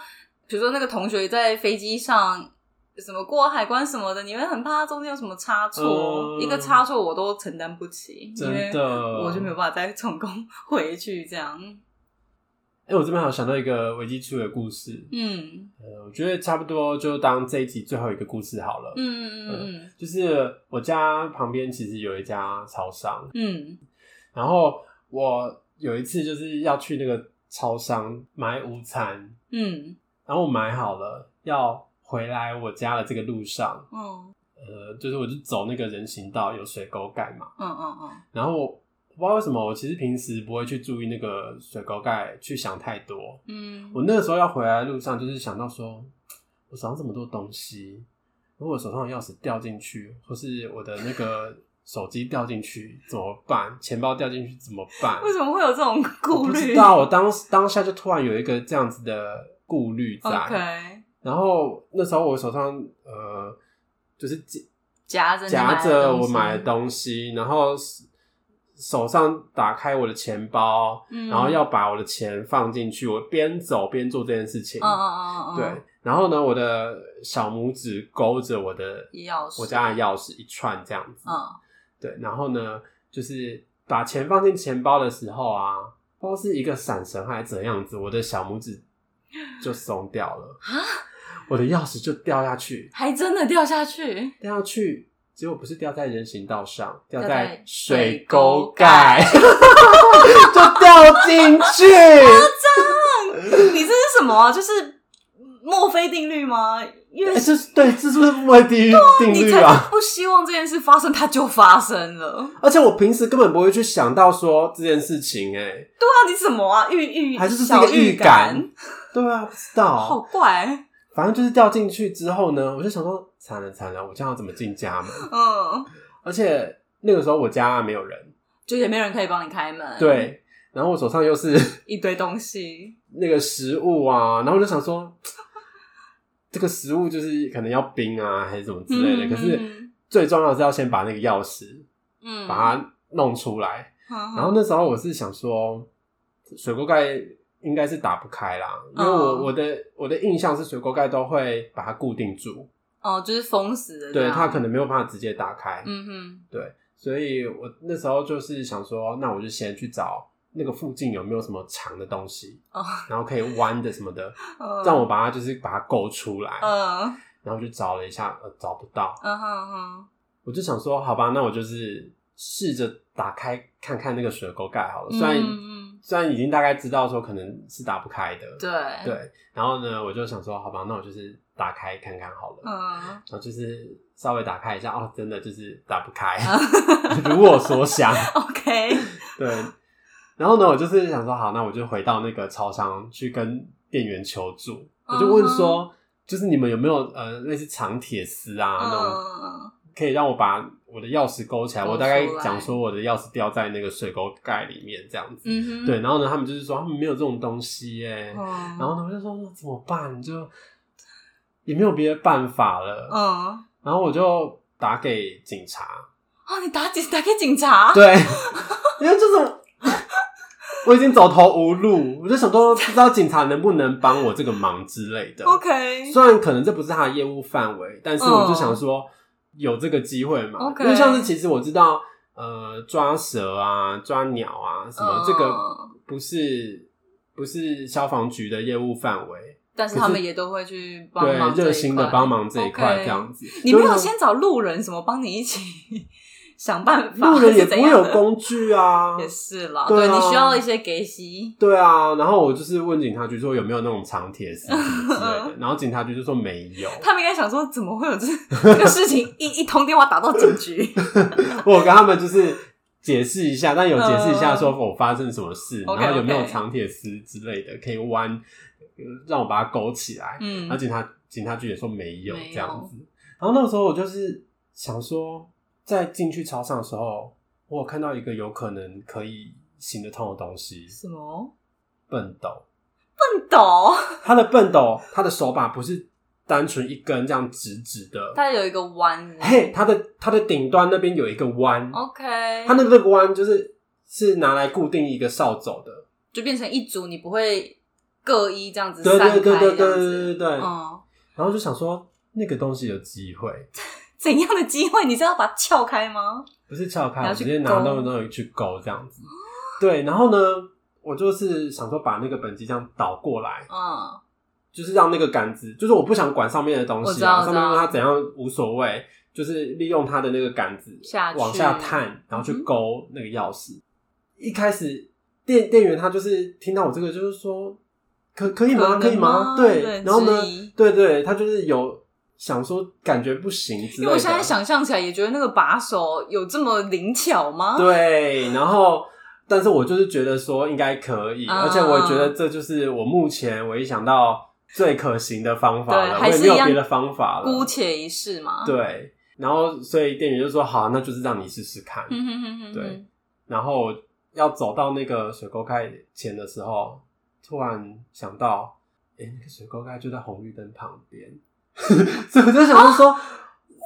Speaker 2: 比如说那个同学在飞机上。什么过海关什么的，你会很怕中间有什么差错，
Speaker 1: 嗯
Speaker 2: 一个差错我都承担不起，因为
Speaker 1: 真的，
Speaker 2: 我就没有。办法再成功回去这样。
Speaker 1: 哎、我这边还有想到一个危机处的故事，
Speaker 2: 嗯
Speaker 1: 呃，我觉得差不多就当这一集最后一个故事好了。
Speaker 2: 嗯嗯嗯
Speaker 1: 就是我家旁边其实有一家超商，
Speaker 2: 嗯
Speaker 1: 然后我有一次就是要去那个超商买午餐，
Speaker 2: 嗯嗯
Speaker 1: 然后我买好了，要回来我家的这个路上，
Speaker 2: 嗯
Speaker 1: 呃，就是我就走那个人行道，有水沟盖嘛。
Speaker 2: 嗯嗯
Speaker 1: 然后我不知道为什么，我其实平时不会去注意那个水沟盖，去想太多。
Speaker 2: 嗯
Speaker 1: 我那个时候要回来的路上，就是想到说，我手上这么多东西，如果我手上的钥匙掉进去，或是我的那个手机掉进去怎么办？钱包掉进去怎么办？
Speaker 2: 为什么会有这种
Speaker 1: 我
Speaker 2: 顾
Speaker 1: 不
Speaker 2: 虑
Speaker 1: 知道，我当时当下就突然有一个这样子的顾虑在。
Speaker 2: ？OK，
Speaker 1: 然后那时候我手上呃，就是夹
Speaker 2: 夹着你买
Speaker 1: 夹
Speaker 2: 的
Speaker 1: 着
Speaker 2: 东
Speaker 1: 我
Speaker 2: 西
Speaker 1: 买的东西，然后手手上打开我的钱包，
Speaker 2: 嗯
Speaker 1: 然后要把我的钱放进去，我边走边做这件事情。
Speaker 2: 嗯嗯嗯嗯，
Speaker 1: 对，然后呢，我的小拇指勾着我的
Speaker 2: 钥匙
Speaker 1: 我家的钥匙一串这样子，
Speaker 2: 嗯
Speaker 1: 对，然后呢，就是把钱放进钱包的时候啊，不知道是一个闪神还是怎样子，我的小拇指就松掉了，
Speaker 2: 啊，
Speaker 1: *laughs* 我的钥匙就掉下去，
Speaker 2: 还真的掉下 *laughs* 去，
Speaker 1: 掉下去，结果不是掉在人行道上，掉
Speaker 2: 掉在
Speaker 1: 在水沟盖， *laughs* 就掉进去。
Speaker 2: 你这是什么啊？就是墨菲定律吗？越
Speaker 1: 哎、这是对，这是不是不会定律定
Speaker 2: 你
Speaker 1: 律
Speaker 2: 才
Speaker 1: 啊？ *laughs*
Speaker 2: 是不希望这件事发生，它就发生了。
Speaker 1: 而且我平时根本不会去想到说这件事情、哎，
Speaker 2: 对啊，你什么啊？预预
Speaker 1: 还是这是一
Speaker 2: 小
Speaker 1: 个
Speaker 2: 预
Speaker 1: 预感，对啊，不知道，
Speaker 2: 好怪。
Speaker 1: 反正就是掉进去之后呢，我就想说，惨了惨了，我这样要怎么进家
Speaker 2: *laughs*
Speaker 1: 门？
Speaker 2: 嗯，
Speaker 1: 而且那个时候我家没有人，
Speaker 2: 就也没人可以帮你开门。，
Speaker 1: 对，然后我手上又是 *laughs*
Speaker 2: 一堆东西。
Speaker 1: 那个食物啊，然后我就想说，这个食物就是可能要冰啊，还是什么之类的。
Speaker 2: 嗯
Speaker 1: 可是
Speaker 2: 嗯
Speaker 1: 最重要的是要先把那个钥匙
Speaker 2: 嗯，
Speaker 1: 把它弄出来。
Speaker 2: 嗯，
Speaker 1: 然后那时候我是想说，水锅盖应该是打不开啦，因为我
Speaker 2: 嗯
Speaker 1: 我的我的印象是水锅盖都会把它固定住，
Speaker 2: 哦，就是封死的这
Speaker 1: 对，
Speaker 2: 样，
Speaker 1: 它可能没有办法直接打开。
Speaker 2: 嗯哼，
Speaker 1: 对，所以我那时候就是想说，那我就先去找那个附近有没有什么长的东西，
Speaker 2: 哦
Speaker 1: 然后可以弯的什么的，*laughs*
Speaker 2: 嗯
Speaker 1: 让我把它就是把它勾出来。
Speaker 2: 嗯
Speaker 1: 然后就找了一下，呃，找不到，
Speaker 2: 嗯哼哼，
Speaker 1: 我就想说，好吧，那我就是试着打开看看那个水沟盖好了。虽然、
Speaker 2: 嗯嗯
Speaker 1: 虽然已经大概知道说可能是打不开的，
Speaker 2: 对，
Speaker 1: 对。然后呢，我就想说，好吧，那我就是打开看看好了。
Speaker 2: 嗯， *laughs*
Speaker 1: 然后就是稍微打开一下，哦，真的就是打不开，*laughs*
Speaker 2: 嗯
Speaker 1: 如我所想。
Speaker 2: OK，
Speaker 1: *laughs* 对，然后呢，我就是想说，好，那我就回到那个超商去跟店员求助，我就问说
Speaker 2: 嗯
Speaker 1: 就是你们有没有呃类似长铁丝啊、那种，
Speaker 2: 嗯，
Speaker 1: 可以让我把我的钥匙勾起来？
Speaker 2: 勾
Speaker 1: 我大概
Speaker 2: 出来
Speaker 1: 讲说我的钥匙掉在那个水沟盖里面这样子。
Speaker 2: 嗯哼，
Speaker 1: 对，然后呢，他们就是说他们没有这种东西耶、
Speaker 2: 嗯，
Speaker 1: 然后呢，我就说那怎么办？就也没有别的办法了。
Speaker 2: 嗯。
Speaker 1: 然后我就打给警察，
Speaker 2: 啊！你打警打给警察？
Speaker 1: *laughs* 对，因为就是我已经走投无路，我就想说不知道警察能不能帮我这个忙之类的。
Speaker 2: ，OK，
Speaker 1: 虽然可能这不是他的业务范围，但是我就想说有这个机会嘛，
Speaker 2: 嗯 OK
Speaker 1: 因为像是其实我知道，呃，抓蛇啊、抓鸟啊什么，
Speaker 2: 嗯
Speaker 1: 这个不是不是消防局的业务范围，
Speaker 2: 但是
Speaker 1: 可是
Speaker 2: 他们也都会去帮
Speaker 1: 对
Speaker 2: 忙，这一
Speaker 1: 热心的
Speaker 2: 块
Speaker 1: 帮忙这一块
Speaker 2: OK
Speaker 1: 这样子。
Speaker 2: 你没
Speaker 1: 所以
Speaker 2: 有
Speaker 1: 呢
Speaker 2: 先找路人什么帮你一起 *laughs* 想办法，
Speaker 1: 路人也不
Speaker 2: 是
Speaker 1: 会
Speaker 2: 怎样
Speaker 1: 有
Speaker 2: 的
Speaker 1: 工具啊，
Speaker 2: 也是啦，
Speaker 1: 对
Speaker 2: 对
Speaker 1: 啊
Speaker 2: 你需要一些给息，
Speaker 1: 对啊，然后我就是问警察局说有没有那种长铁丝什么之
Speaker 2: *laughs*
Speaker 1: 类的，然后警察局就说没有。
Speaker 2: 他们应该想说怎么会有这 *laughs* 这个事情，一一通电话打到警局
Speaker 1: *laughs* 我有跟他们就是解释一下，但有解释一下说我发生什么事，
Speaker 2: OK，
Speaker 1: 然后有没有
Speaker 2: OK
Speaker 1: 长铁丝之类的可以弯，呃让我把它勾起来。
Speaker 2: 嗯
Speaker 1: 然后警察警察局也说没有
Speaker 2: 没有
Speaker 1: 这样子。然后那个时候我就是想说，在进去超商的时候，我有看到一个有可能可以行得通的东西
Speaker 2: 什么
Speaker 1: ——笨斗。
Speaker 2: 笨斗，
Speaker 1: 它的笨 *laughs* 斗，它的手把不是单纯一根这样直直的，
Speaker 2: 它有一个弯
Speaker 1: *laughs* 嘿，它的它的顶端那边有一个弯，
Speaker 2: ，OK，
Speaker 1: 它那个那个弯就是是拿来固定一个扫帚的，
Speaker 2: 就变成一组，你不会各一这样子
Speaker 1: 对
Speaker 2: 散
Speaker 1: 对
Speaker 2: 开
Speaker 1: 对对对
Speaker 2: 这样
Speaker 1: 对对
Speaker 2: 子，
Speaker 1: 对对。
Speaker 2: 嗯，
Speaker 1: 然后就想说那个东西有机会，
Speaker 2: 怎样的机会？你是要把它撬开吗？
Speaker 1: 不是撬开，
Speaker 2: 你
Speaker 1: 我
Speaker 2: 要
Speaker 1: 直
Speaker 2: 去
Speaker 1: 接拿
Speaker 2: 勾
Speaker 1: 那个东西去勾这样子。对，然后呢，我就是想说把那个本机这样倒过来，
Speaker 2: 嗯，
Speaker 1: 就是让那个杆子，就是我不想管上面的东
Speaker 2: 我知
Speaker 1: 西
Speaker 2: 道
Speaker 1: 啊，
Speaker 2: 我知
Speaker 1: 上
Speaker 2: 道
Speaker 1: 面它怎样无所谓，就是利用它的那个杆子
Speaker 2: 下去
Speaker 1: 往下探，然后去
Speaker 2: 嗯哼
Speaker 1: 勾那个钥匙。一开始店店员他就是听到我这个，就是说可可以吗？
Speaker 2: 可
Speaker 1: 可以
Speaker 2: 以吗
Speaker 1: 对，
Speaker 2: 对
Speaker 1: 然后呢
Speaker 2: 质疑，
Speaker 1: 对对，他就是有想说感觉不行之类的。
Speaker 2: 因为我现在想象起来也觉得那个把手有这么灵巧吗？
Speaker 1: 对，然后。但是我就是觉得说应该可以，
Speaker 2: 啊
Speaker 1: 而且我觉得这就是我目前唯一想到最可行的方法
Speaker 2: 对
Speaker 1: 了，我
Speaker 2: 还
Speaker 1: 也
Speaker 2: 是
Speaker 1: 没有
Speaker 2: 一样
Speaker 1: 别的方法了。
Speaker 2: 姑且一试嘛。，
Speaker 1: 对，然后所以店员就说好，啊那就是让你试试看。
Speaker 2: 嗯哼哼哼哼，
Speaker 1: 对，然后要走到那个水沟盖前的时候，突然想到，哎、那个水沟盖就在红绿灯旁边， *laughs* 所以我就想到说，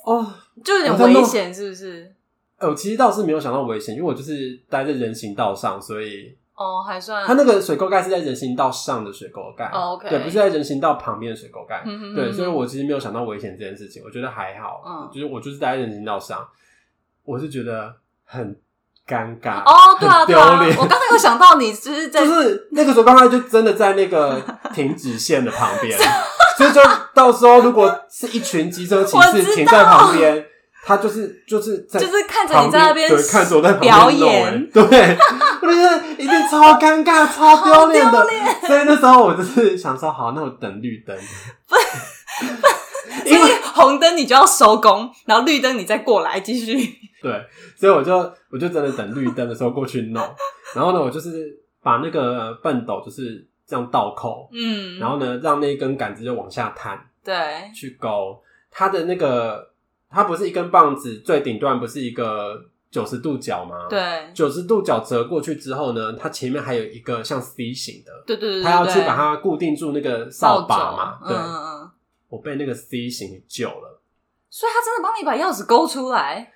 Speaker 1: 哦，
Speaker 2: 就有
Speaker 1: 我
Speaker 2: 点
Speaker 1: 在弄
Speaker 2: 危险，是不是？
Speaker 1: 呃我其实倒是没有想到危险，因为我就是待在人行道上，所以
Speaker 2: 哦，还算
Speaker 1: 它那个水沟盖是在人行道上的水沟盖、
Speaker 2: 哦，OK
Speaker 1: 对，不是在人行道旁边的水沟盖。
Speaker 2: 嗯哼
Speaker 1: 对，
Speaker 2: 嗯
Speaker 1: 所以我其实没有想到危险这件事情，我觉得还好，
Speaker 2: 嗯
Speaker 1: 就是我就是待在人行道上，我是觉得很尴尬
Speaker 2: 哦，对啊，
Speaker 1: 很
Speaker 2: 对
Speaker 1: 丢
Speaker 2: 啊，
Speaker 1: 脸
Speaker 2: 我刚才有想到你，就是在
Speaker 1: 就是那个时候刚才就真的在那个停止线的旁
Speaker 2: *laughs*
Speaker 1: 边，所以就到时候如果是一群机车骑
Speaker 2: 我知
Speaker 1: 士
Speaker 2: 道
Speaker 1: 停在旁边，他就是就是在
Speaker 2: 就是看着
Speaker 1: 旁
Speaker 2: 你在那
Speaker 1: 边
Speaker 2: 边
Speaker 1: 对看着我在旁边
Speaker 2: 表
Speaker 1: 弄
Speaker 2: 演，
Speaker 1: 欸对， *laughs* 我觉得一定超尴尬、超丢脸的。所以那时候我就是想说，好，那我等绿
Speaker 2: *laughs*
Speaker 1: 灯，
Speaker 2: 所以红灯你就要收工，然后绿灯你再过来继续。
Speaker 1: 对，所以我就我就真的等绿灯的时候过去弄，然后呢，我就是把那个呃笨斗就是这样倒扣，
Speaker 2: 嗯，
Speaker 1: 然后呢，让那一根杆子就往下探。
Speaker 2: 对，
Speaker 1: 去勾它的那个，它不是一根棒子最顶端不是一个九十度角吗？，
Speaker 2: 对，
Speaker 1: 九十度角折过去之后呢，它前面还有一个像 C 型的，
Speaker 2: 对对对，
Speaker 1: 它要
Speaker 2: 对
Speaker 1: 去把它固定住那个
Speaker 2: 扫
Speaker 1: 扫把嘛。
Speaker 2: 帚
Speaker 1: 对，
Speaker 2: 嗯嗯嗯，
Speaker 1: 我被那个 C 型给救了。
Speaker 2: 所以他真的帮你把钥匙勾出来，？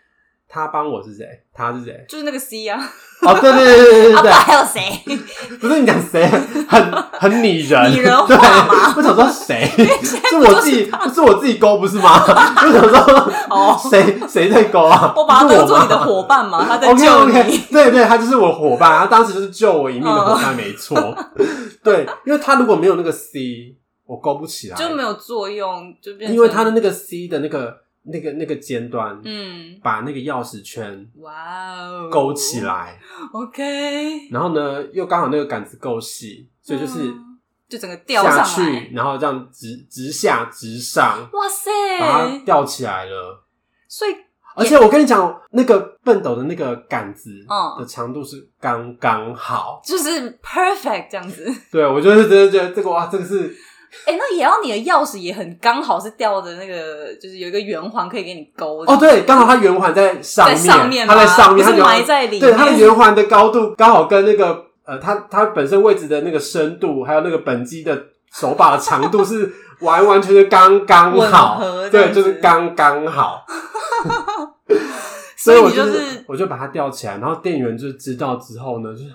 Speaker 1: 他帮我是谁？他是谁
Speaker 2: *laughs* 就是那个 C 啊，
Speaker 1: 哦，对对对对对对
Speaker 2: 啊不
Speaker 1: 对
Speaker 2: 然还有谁？
Speaker 1: *laughs* 对，不是你讲谁，啊很很拟人，
Speaker 2: 拟人化
Speaker 1: 对
Speaker 2: 嘛，
Speaker 1: 我想说谁？是我自己，是我自己勾不是吗？ *laughs* 我想说
Speaker 2: 哦，
Speaker 1: 谁谁在勾啊？
Speaker 2: *laughs* 我把
Speaker 1: 是
Speaker 2: 他当做
Speaker 1: 吗
Speaker 2: 你的伙
Speaker 1: *laughs*
Speaker 2: 伴嘛，他在
Speaker 1: OK
Speaker 2: 救
Speaker 1: OK，
Speaker 2: 你。嗯
Speaker 1: 对对，他就是我伙伴，他当时就是救我一命的伙伴，没错。 *laughs* 对，因为他如果没有那个 C，我勾不起来，
Speaker 2: 就没有作用，就变成
Speaker 1: 因为他的那个 C 的那个那个那个尖端，
Speaker 2: 嗯，
Speaker 1: 把那个钥匙圈
Speaker 2: 哇哦，
Speaker 1: 勾起。来，
Speaker 2: OK，
Speaker 1: 然后呢，又刚好那个杆子够细，所以就是
Speaker 2: 嗯就整个吊
Speaker 1: 下
Speaker 2: 上
Speaker 1: 去
Speaker 2: 来，，
Speaker 1: 然后这样直直下直上，
Speaker 2: 哇塞！
Speaker 1: 把它吊起来了。
Speaker 2: 所以
Speaker 1: 而且我跟你讲，那个笨斗的那个杆子
Speaker 2: 嗯
Speaker 1: 的长度是刚刚好，
Speaker 2: 就是 perfect 这样子。
Speaker 1: 对我就是真的觉得这个哇，这个是
Speaker 2: *laughs* 哎、那也要你的钥匙也很刚好是吊的那个，就是有一个圆环可以给你勾的
Speaker 1: 哦，对，刚好它圆环在上
Speaker 2: 在
Speaker 1: 面，
Speaker 2: 上面吗，
Speaker 1: 它在上面，它
Speaker 2: 不是
Speaker 1: 圆
Speaker 2: 埋
Speaker 1: 环
Speaker 2: 在里面。
Speaker 1: 对它的圆环的高度刚好跟那个呃，它它本身位置的那个深度，还有那个本机的手把的长度
Speaker 2: *laughs*
Speaker 1: 是完完全全刚刚好
Speaker 2: 吻合，这
Speaker 1: 对，
Speaker 2: 样子
Speaker 1: 就是刚刚好。
Speaker 2: *laughs* 所
Speaker 1: 以我
Speaker 2: 你
Speaker 1: 是
Speaker 2: 是
Speaker 1: 我就把它吊起来，然后店员就知道之后呢，就是。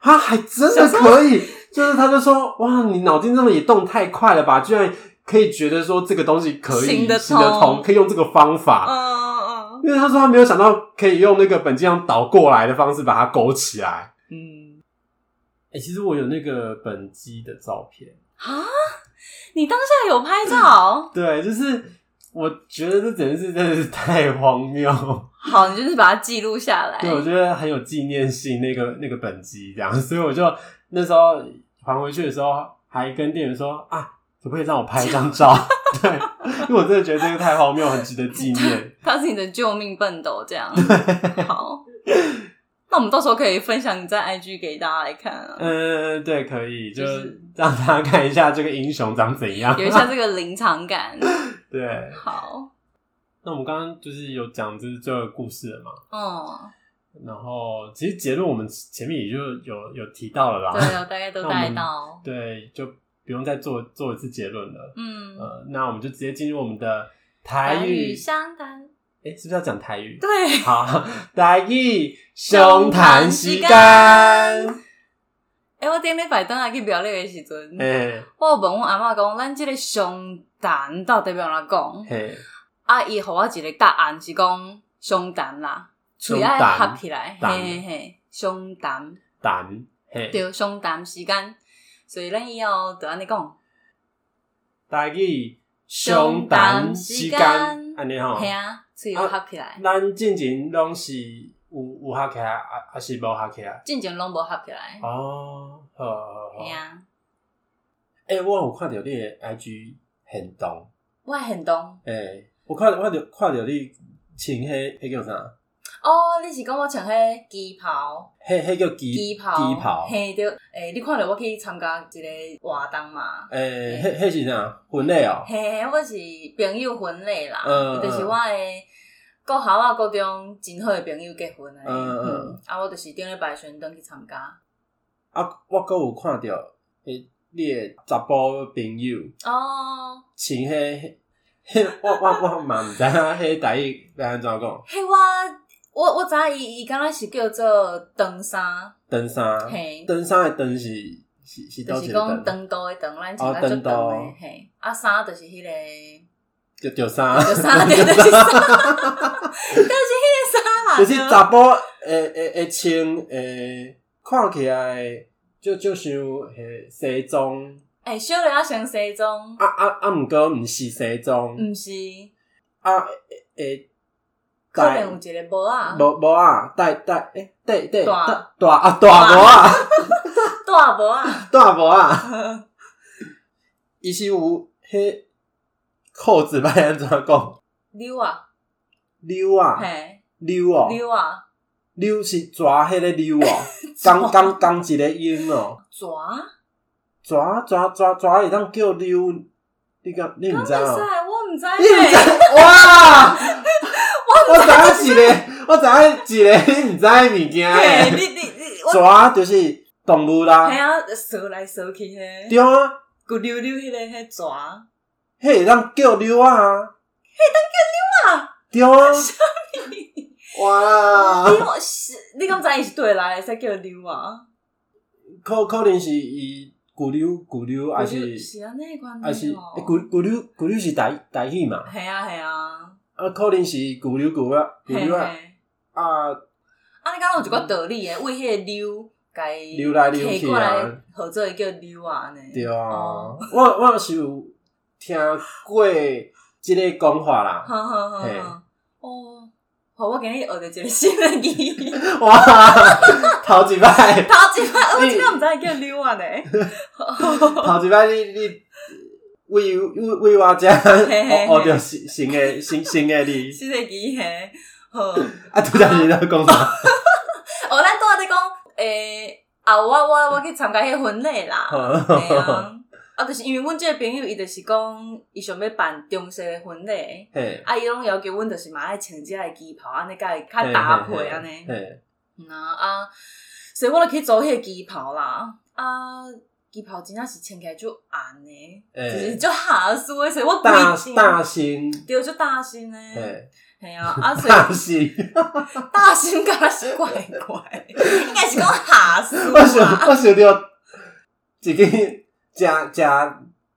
Speaker 1: 啊，还真的可以，就是他就说，哇，你脑筋这么也动太快了吧，居然可以觉得说这个东西可以
Speaker 2: 行得
Speaker 1: 行得
Speaker 2: 通
Speaker 1: 通，可以用这个方法，
Speaker 2: 嗯嗯
Speaker 1: 因为他说他没有想到可以用那个本机上倒过来的方式把它勾起来。
Speaker 2: 嗯嗯
Speaker 1: 哎、其实我有那个本机的照片，
Speaker 2: 啊！你当下有拍
Speaker 1: *laughs*
Speaker 2: 照？
Speaker 1: 对，就是我觉得这简直是真的是太荒谬，
Speaker 2: 好，你就是把它记录下来。
Speaker 1: 对我觉得很有纪念性。那个那个本机这样，所以我就那时候还回去的时候，还跟店员说啊，可不可以让我拍一张照？ *laughs* 对，因为我真的觉得这个太荒谬，很值得纪念。
Speaker 2: 它是你的救命笨斗，这样
Speaker 1: *laughs*
Speaker 2: 好。那我们到时候可以分享你在 IG 给大家来看啊，
Speaker 1: 嗯，对，可以，就
Speaker 2: 就是
Speaker 1: 让大家看一下这个英雄长怎样。
Speaker 2: 有一下这个临场感。 *laughs*
Speaker 1: 对。
Speaker 2: 好，
Speaker 1: 那我们刚刚就是有讲就是这个故事了嘛，
Speaker 2: 嗯，
Speaker 1: 然后其实结论我们前面也就有有提到了
Speaker 2: 对，
Speaker 1: 啦，
Speaker 2: 我大概都
Speaker 1: 那我
Speaker 2: 带
Speaker 1: 们
Speaker 2: 到。
Speaker 1: *laughs* 对，就不用再做做一次结论了。
Speaker 2: 嗯，
Speaker 1: 呃，那我们就直接进入我们的
Speaker 2: 台
Speaker 1: 台
Speaker 2: 语
Speaker 1: 语，
Speaker 2: 相谈，
Speaker 1: 哎、是不是要讲台语？ *laughs*
Speaker 2: 对，
Speaker 1: 好，台语胸谈时间，哎、
Speaker 2: 哎、我顶礼拜等下去庙里的时阵，我有问阮阿嬷讲，咱即个商谈到底要安怎讲？
Speaker 1: 嘿，
Speaker 2: 啊，伊互我一个答案是讲商谈啦，
Speaker 1: 商
Speaker 2: 嘴爱
Speaker 1: 谈
Speaker 2: 合起来，嘿
Speaker 1: 谈
Speaker 2: 嘿嘿，商谈
Speaker 1: 谈嘿，
Speaker 2: 对，商谈时间，所以咱以后就安尼讲，
Speaker 1: 台语胸谈时间，安尼吼
Speaker 2: 嘿，啊，嘴要合起来，
Speaker 1: 咱进前拢是有有合起来，啊啊是无合起来。
Speaker 2: 进前拢无合起来，
Speaker 1: 哦，好好好
Speaker 2: 嗯嘿。啊，
Speaker 1: 诶、我有看到你的 IG 行动，
Speaker 2: 我的行动。
Speaker 1: 诶、我看到我着看到你穿迄迄叫啥？
Speaker 2: 哦，你是讲我穿迄旗袍？
Speaker 1: 迄迄叫机
Speaker 2: 旗袍，
Speaker 1: 机袍。
Speaker 2: 嘿对，诶、你看到我去参加一个活动嘛？
Speaker 1: 诶，迄迄是啥？婚礼哦。
Speaker 2: 嘿，我是朋友婚礼啦，
Speaker 1: 嗯
Speaker 2: 就是我诶国校啊、高中真好诶朋友结婚诶，
Speaker 1: 嗯嗯嗯
Speaker 2: 啊，我就是顶礼拜选登去参加。
Speaker 1: 啊，我阁有看到诶，你的查甫朋友
Speaker 2: 哦，
Speaker 1: 穿迄迄，我我我嘛毋知影迄台语要安怎讲？
Speaker 2: 嘿，我我我知道伊伊敢若是叫做长衫，
Speaker 1: 长衫，
Speaker 2: 嘿
Speaker 1: 长衫的长是是是
Speaker 2: 就
Speaker 1: 倒
Speaker 2: 是
Speaker 1: 一
Speaker 2: 讲
Speaker 1: 个
Speaker 2: 长度诶长，咱穿
Speaker 1: 哦
Speaker 2: 甲足
Speaker 1: 长度
Speaker 2: 长诶，嘿，啊衫就是迄、个。
Speaker 1: 就就衫，*laughs*
Speaker 2: *laughs* 就衫对就是衫就是迄个衫啦，
Speaker 1: 就是
Speaker 2: 对
Speaker 1: 查甫诶诶诶穿诶，呃看起来就就像诶西装，
Speaker 2: 哎、小人要穿西装，
Speaker 1: 啊啊啊，毋过毋是西装，
Speaker 2: 毋是，
Speaker 1: 啊诶诶，
Speaker 2: 可能有一个帽啊，
Speaker 1: 无无啊，戴戴诶，戴戴
Speaker 2: 大
Speaker 1: 大大啊大帽啊，
Speaker 2: 大帽啊，
Speaker 1: *laughs* 大帽啊，伊是有迄扣子要安怎讲？
Speaker 2: 溜啊，
Speaker 1: 溜啊，
Speaker 2: 嘿，
Speaker 1: 溜哦，
Speaker 2: 溜啊，
Speaker 1: 溜是蛇迄个溜 *laughs* 哦，刚刚刚一个音哦。
Speaker 2: 蛇，
Speaker 1: 蛇蛇蛇蛇会当叫溜，你敢你毋
Speaker 2: 刚
Speaker 1: 知哦、
Speaker 2: 我唔知
Speaker 1: 你毋知
Speaker 2: 呢，
Speaker 1: 哇！我知影一个，我知影一个，你毋知的物件
Speaker 2: 嘿，
Speaker 1: 诶。
Speaker 2: 你你你，我，
Speaker 1: 蛇就是动物
Speaker 2: 嘿
Speaker 1: 啦，
Speaker 2: 啊，蛇来蛇去嘿，
Speaker 1: 对啊，
Speaker 2: 骨溜溜迄个迄蛇，
Speaker 1: 迄会当叫溜啊，迄当叫溜啊，对啊，哇！
Speaker 2: 溜是，你敢知伊是对来的，才叫溜啊，
Speaker 1: 可可能是伊骨溜骨溜，还是
Speaker 2: 是安尼款
Speaker 1: 还是
Speaker 2: 的哦
Speaker 1: 欸骨骨溜骨溜是台台语嘛？
Speaker 2: 系啊系啊，
Speaker 1: 啊，可能是骨溜骨啊骨
Speaker 2: 嘿
Speaker 1: 溜啊
Speaker 2: 嘿。
Speaker 1: 啊。
Speaker 2: 啊，你刚刚有一个道理诶，为迄个溜，甲伊
Speaker 1: 溜来溜去啊
Speaker 2: 过来，合作伊叫溜啊呢。
Speaker 1: 对啊，
Speaker 2: 哦
Speaker 1: 我我是有听过即个讲法啦。
Speaker 2: 好好好
Speaker 1: 嘿
Speaker 2: 好，哦，好，我今日学着一个新的字， *laughs*
Speaker 1: 哇，头一摆，
Speaker 2: 头一摆我
Speaker 1: 你
Speaker 2: 真个毋知叫溜啊呢。
Speaker 1: 头一摆你你为为为我遮
Speaker 2: 嘿
Speaker 1: 学
Speaker 2: 嘿
Speaker 1: 学着新新的新新的你，
Speaker 2: 新的字嘿，好， *laughs* 哦，
Speaker 1: 啊，拄则是咧讲啥？
Speaker 2: 咱拄仔在讲诶，啊，我我我去参加迄婚
Speaker 1: *laughs*
Speaker 2: 礼啦，嘿啊，啊，就是因为阮即个朋友伊就是讲，伊想要办中式的婚礼。
Speaker 1: 嘿，
Speaker 2: 啊，伊拢要求阮，就是嘛爱穿遮个旗袍，安尼甲伊较搭配安尼。
Speaker 1: 嘿，
Speaker 2: 嗯啊啊，所以我就去做迄个旗袍啦。啊，旗袍真正是穿起来就红的，
Speaker 1: 嘿
Speaker 2: 就是就下输的，所以我规
Speaker 1: 哎大
Speaker 2: 定
Speaker 1: 大型，
Speaker 2: 对就大身的，
Speaker 1: 嘿，
Speaker 2: 系啊，啊嗯所
Speaker 1: 大
Speaker 2: 以
Speaker 1: 型，
Speaker 2: 大身敢若是怪怪，应该是讲下输
Speaker 1: 我想
Speaker 2: 啊，
Speaker 1: 我想着一个 *laughs* 真真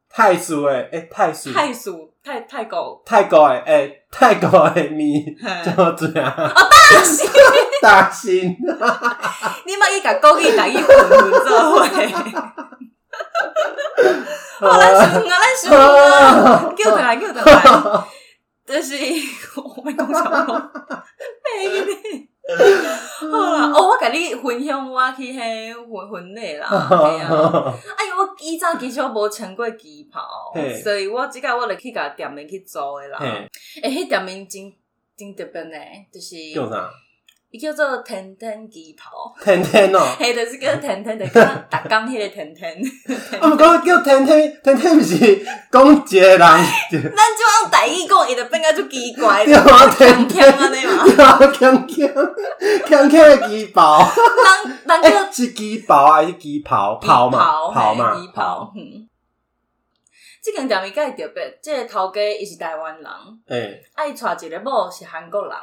Speaker 1: 泰式的，诶，泰式
Speaker 2: 太输太太狗，
Speaker 1: 泰国的，诶，泰国的面。 *laughs*
Speaker 2: 嘿
Speaker 1: 叫怎样？
Speaker 2: 大身，
Speaker 1: 大兴，
Speaker 2: 你莫去甲国语台语混混做
Speaker 1: *laughs*
Speaker 2: 伙，哦，咱想啊，咱想啊。叫回来，叫回来，就是我没讲啥咯，咩呢？好啦，哦，我甲你分享我去迄婚婚礼
Speaker 1: *laughs*
Speaker 2: 啦，系啊，哎呦，我以前其实我无穿过旗袍
Speaker 1: 嘿，
Speaker 2: 所以我即个我就去甲店面去租的啦。
Speaker 1: 嘿，
Speaker 2: 诶，迄店面真真特别呢，就是
Speaker 1: 叫啥？
Speaker 2: 伊叫做天天旗袍， *laughs*
Speaker 1: 天天哦，
Speaker 2: 嘿，就是叫天天，就是讲逐工迄个天天。
Speaker 1: 啊，毋过叫天天，天天毋是讲一个人，
Speaker 2: *laughs* 咱即用台语讲，伊就变甲足奇怪，
Speaker 1: *laughs* 对啊天天
Speaker 2: 欠安尼嘛。
Speaker 1: 强强强强的旗袍，
Speaker 2: 人人叫
Speaker 1: 诶，是旗袍还是旗袍？袍嘛，袍嘛
Speaker 2: 旗，袍。。嗯，即间店伊介特别，即、个头家伊是台湾人，啊
Speaker 1: 诶，
Speaker 2: 伊娶一个某是韩国人。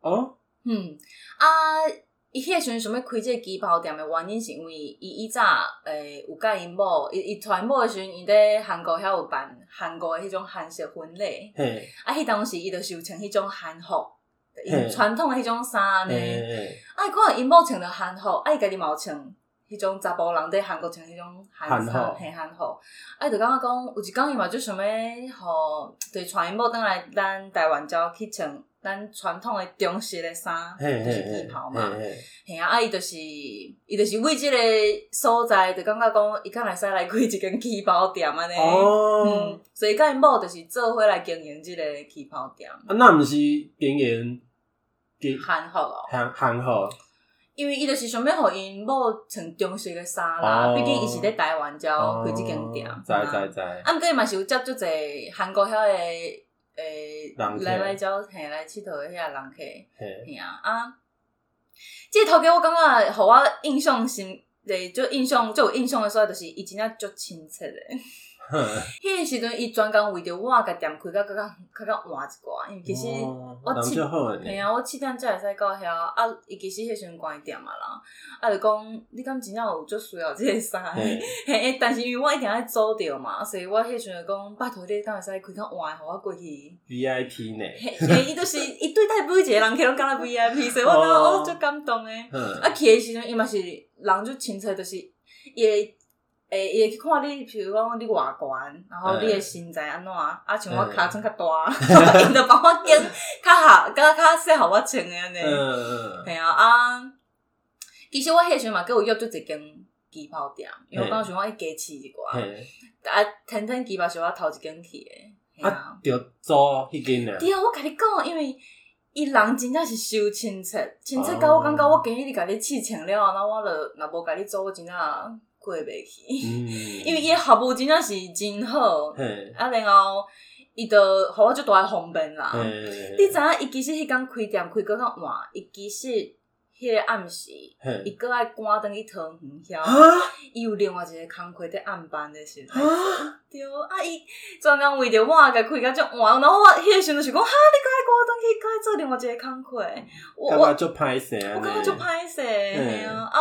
Speaker 1: 哦，
Speaker 2: 嗯，啊，伊迄个时阵想要开即个旗袍店的原因，是因为伊以早诶有甲因某，伊伊娶因某的时阵，伊伫韩国遐有办韩国的迄种韩式婚礼，
Speaker 1: 嘿，
Speaker 2: 啊，迄当时伊就是有穿迄种韩服，
Speaker 1: 嘿
Speaker 2: 伊传统的迄种衫呢。
Speaker 1: 诶，
Speaker 2: 啊，伊看因某穿着韩服，啊，伊家己嘛有穿迄种查甫人伫韩国穿迄种韩
Speaker 1: 韩
Speaker 2: 衫，
Speaker 1: 服
Speaker 2: 嘿韩服。啊，伊就感觉讲，有一工伊嘛就想要互，就是传因某倒来咱台湾之后去穿咱传统的中式的衫，就
Speaker 1: 嘿
Speaker 2: 是
Speaker 1: 嘿
Speaker 2: 旗袍嘛。
Speaker 1: 嘿，
Speaker 2: 嘿啊，啊，伊就是伊就是为即个所在，就感觉讲，伊敢会使来开一间旗袍店安尼。
Speaker 1: 哦
Speaker 2: 嗯，，所以甲因某就是做伙来经营即个旗袍店，
Speaker 1: 啊，那毋是经营旗
Speaker 2: 韩服哦。
Speaker 1: 行行号，
Speaker 2: 因为伊就是想要互因某穿中式的衫啦，
Speaker 1: 哦
Speaker 2: 毕竟伊是咧台湾才开即间店。
Speaker 1: 知知知，
Speaker 2: 啊，毋过伊嘛是有接足侪韩国遐个诶
Speaker 1: 人客
Speaker 2: 来来遮嘿来佚佗的遐人客，
Speaker 1: 嘿， *laughs*
Speaker 2: 嘿啊啊！即个头家我感觉，互我印象深，对，就印象就有印象的所在，就是伊真正足亲切的。迄个时阵伊专工为着我甲店开，甲甲甲甲甲换一寡，因为其实
Speaker 1: 哦
Speaker 2: 我
Speaker 1: 人
Speaker 2: 七
Speaker 1: 就好啊，
Speaker 2: 系啊，我七点才会使到遐，啊，伊其实迄时阵关店啊啦，啊，就讲你敢真正有足需要即个衫？
Speaker 1: 嘿
Speaker 2: 嘿，但是因为我一定爱租着嘛，所以我迄时阵讲拜托你，敢会使开较晚，互我过去。
Speaker 1: ，VIP 呢，
Speaker 2: 嘿，嘿伊就是伊对待每一个人，可能敢若 V I P，所以我感觉
Speaker 1: 哦
Speaker 2: 哦足感动诶。
Speaker 1: 嗯，
Speaker 2: 啊，去诶时阵伊嘛是人就清楚，就是伊会诶，伊会去看你，譬如讲你外观，然后
Speaker 1: 嗯
Speaker 2: 你诶身材安怎，啊像我
Speaker 1: 嗯
Speaker 2: 尻川较大，
Speaker 1: *laughs*
Speaker 2: 伊就帮我拣较合，较较适合我穿诶安尼。
Speaker 1: 嗯嗯
Speaker 2: 系啊啊！其实我迄时阵嘛，佮有约做一间旗袍店，因为我
Speaker 1: 嘿
Speaker 2: 刚想讲伊加试一寡，
Speaker 1: 嗯嘿，
Speaker 2: 啊，天天旗袍是我头一间去诶。嘿啊
Speaker 1: 啊，就做迄间啊，
Speaker 2: 对啊，我甲你讲，因为伊人真正是收亲戚，亲戚到
Speaker 1: 哦
Speaker 2: 我感觉我今日甲你试穿了，然后我就若无甲你做，我真正过袂去，
Speaker 1: 嗯，
Speaker 2: *laughs* 因为伊的服务真正是真好，
Speaker 1: 嘿，
Speaker 2: 啊，然后伊就互我足大的方便啦。
Speaker 1: 嘿，
Speaker 2: 啊你知影伊其实迄天开店开搁较晚，伊其实迄个暗时，伊
Speaker 1: 嘿，
Speaker 2: 搁爱赶登去桃园
Speaker 1: 啊 *gasps*
Speaker 2: 遐，伊有另外一个工课在暗班的时阵。
Speaker 1: 啊，
Speaker 2: 对，啊伊专工为着我甲开甲遮晚，然后我迄个时阵是讲，哈，你该我转去该做另外一个工课，我
Speaker 1: 感觉
Speaker 2: 我
Speaker 1: 就歹势啊，
Speaker 2: 我感觉就歹势，嘿
Speaker 1: 嗯
Speaker 2: 啊，啊，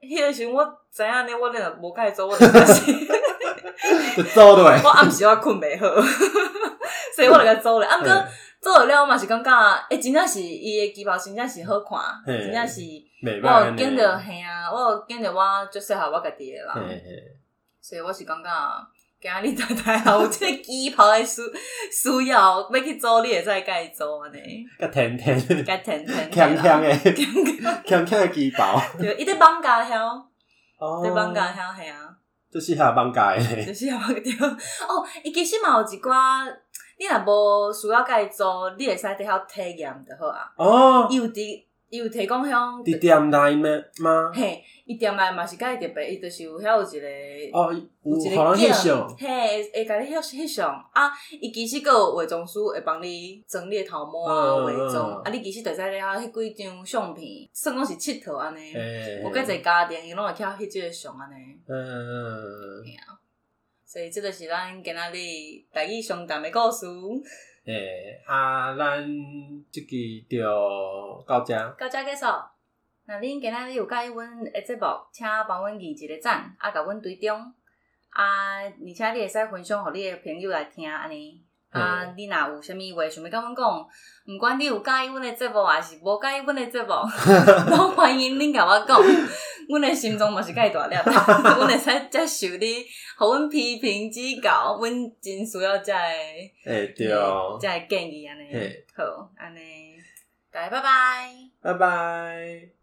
Speaker 2: 迄个时阵我知影呢，我咧无甲伊做，我真的是，
Speaker 1: *laughs* *laughs* 就做落来
Speaker 2: *laughs* 我，暗时我啊困袂好， *laughs* 所以我就甲做咧，啊，毋过
Speaker 1: 嘿
Speaker 2: 做了我嘛是感觉，诶、真正是伊的旗袍真正是好看，
Speaker 1: 嗯
Speaker 2: 真正是，
Speaker 1: 袂
Speaker 2: 我
Speaker 1: 歹
Speaker 2: 有见着啊嘿啊，我有见着我最适合我家己的啦。
Speaker 1: 嘿嘿，
Speaker 2: 所以我是感觉，今日大家有这个旗袍的需需要，要去做你会使甲伊做
Speaker 1: *laughs*
Speaker 2: 安尼，
Speaker 1: 甲甜甜，
Speaker 2: 甲
Speaker 1: *laughs*
Speaker 2: 甜甜
Speaker 1: 强强
Speaker 2: 的啦，
Speaker 1: 诶，
Speaker 2: 强强，
Speaker 1: 强强诶肌包，
Speaker 2: *laughs* 对，伊伫放假遐，
Speaker 1: 哦
Speaker 2: 伫放假遐系啊，
Speaker 1: 就是下放假诶，
Speaker 2: 就是啊，对， *laughs* 哦，伊其实嘛有一寡。你若无需要甲伊做，你会使伫遐体验就好啊。
Speaker 1: 哦
Speaker 2: 伊，有伫，伊有提供向，
Speaker 1: 伫店内咩吗？
Speaker 2: 嘿，伊店内嘛是甲伊特别，伊就是有遐有一个
Speaker 1: 哦，有
Speaker 2: 有一
Speaker 1: 互
Speaker 2: 个
Speaker 1: 人翕
Speaker 2: 镜
Speaker 1: 相，
Speaker 2: 嘿，会会甲你翕翕相啊！伊其实还有化妆师会帮你整理头毛啊、
Speaker 1: 嗯
Speaker 2: 化妆
Speaker 1: 嗯
Speaker 2: 啊，你其实就使了迄几张相片，算讲是佚佗安尼。
Speaker 1: 诶，
Speaker 2: 有够侪家庭伊拢会翘翕即个相安尼，
Speaker 1: 嗯嗯，嗯
Speaker 2: 所以即个是咱今仔日台语相谈的故事，
Speaker 1: 诶、啊，咱即期就到遮，
Speaker 2: 到遮结束。若恁今仔日有介意阮的节目，请帮阮移一个赞，啊，甲阮追踪。啊，而且你会使分享互你的朋友来听安尼。啊，你若有啥物话想要甲阮讲，毋管你有介意阮的节目，还是无介意阮的节
Speaker 1: *laughs*
Speaker 2: 目，拢欢迎恁甲我讲。阮的心中嘛是介大粒， *laughs* 阮会使接受你，互阮批评指教，阮真需要遮的
Speaker 1: 诶、对，哦
Speaker 2: 遮的建议安尼
Speaker 1: 嘿。
Speaker 2: 好，安尼，大家拜拜。
Speaker 1: 拜拜。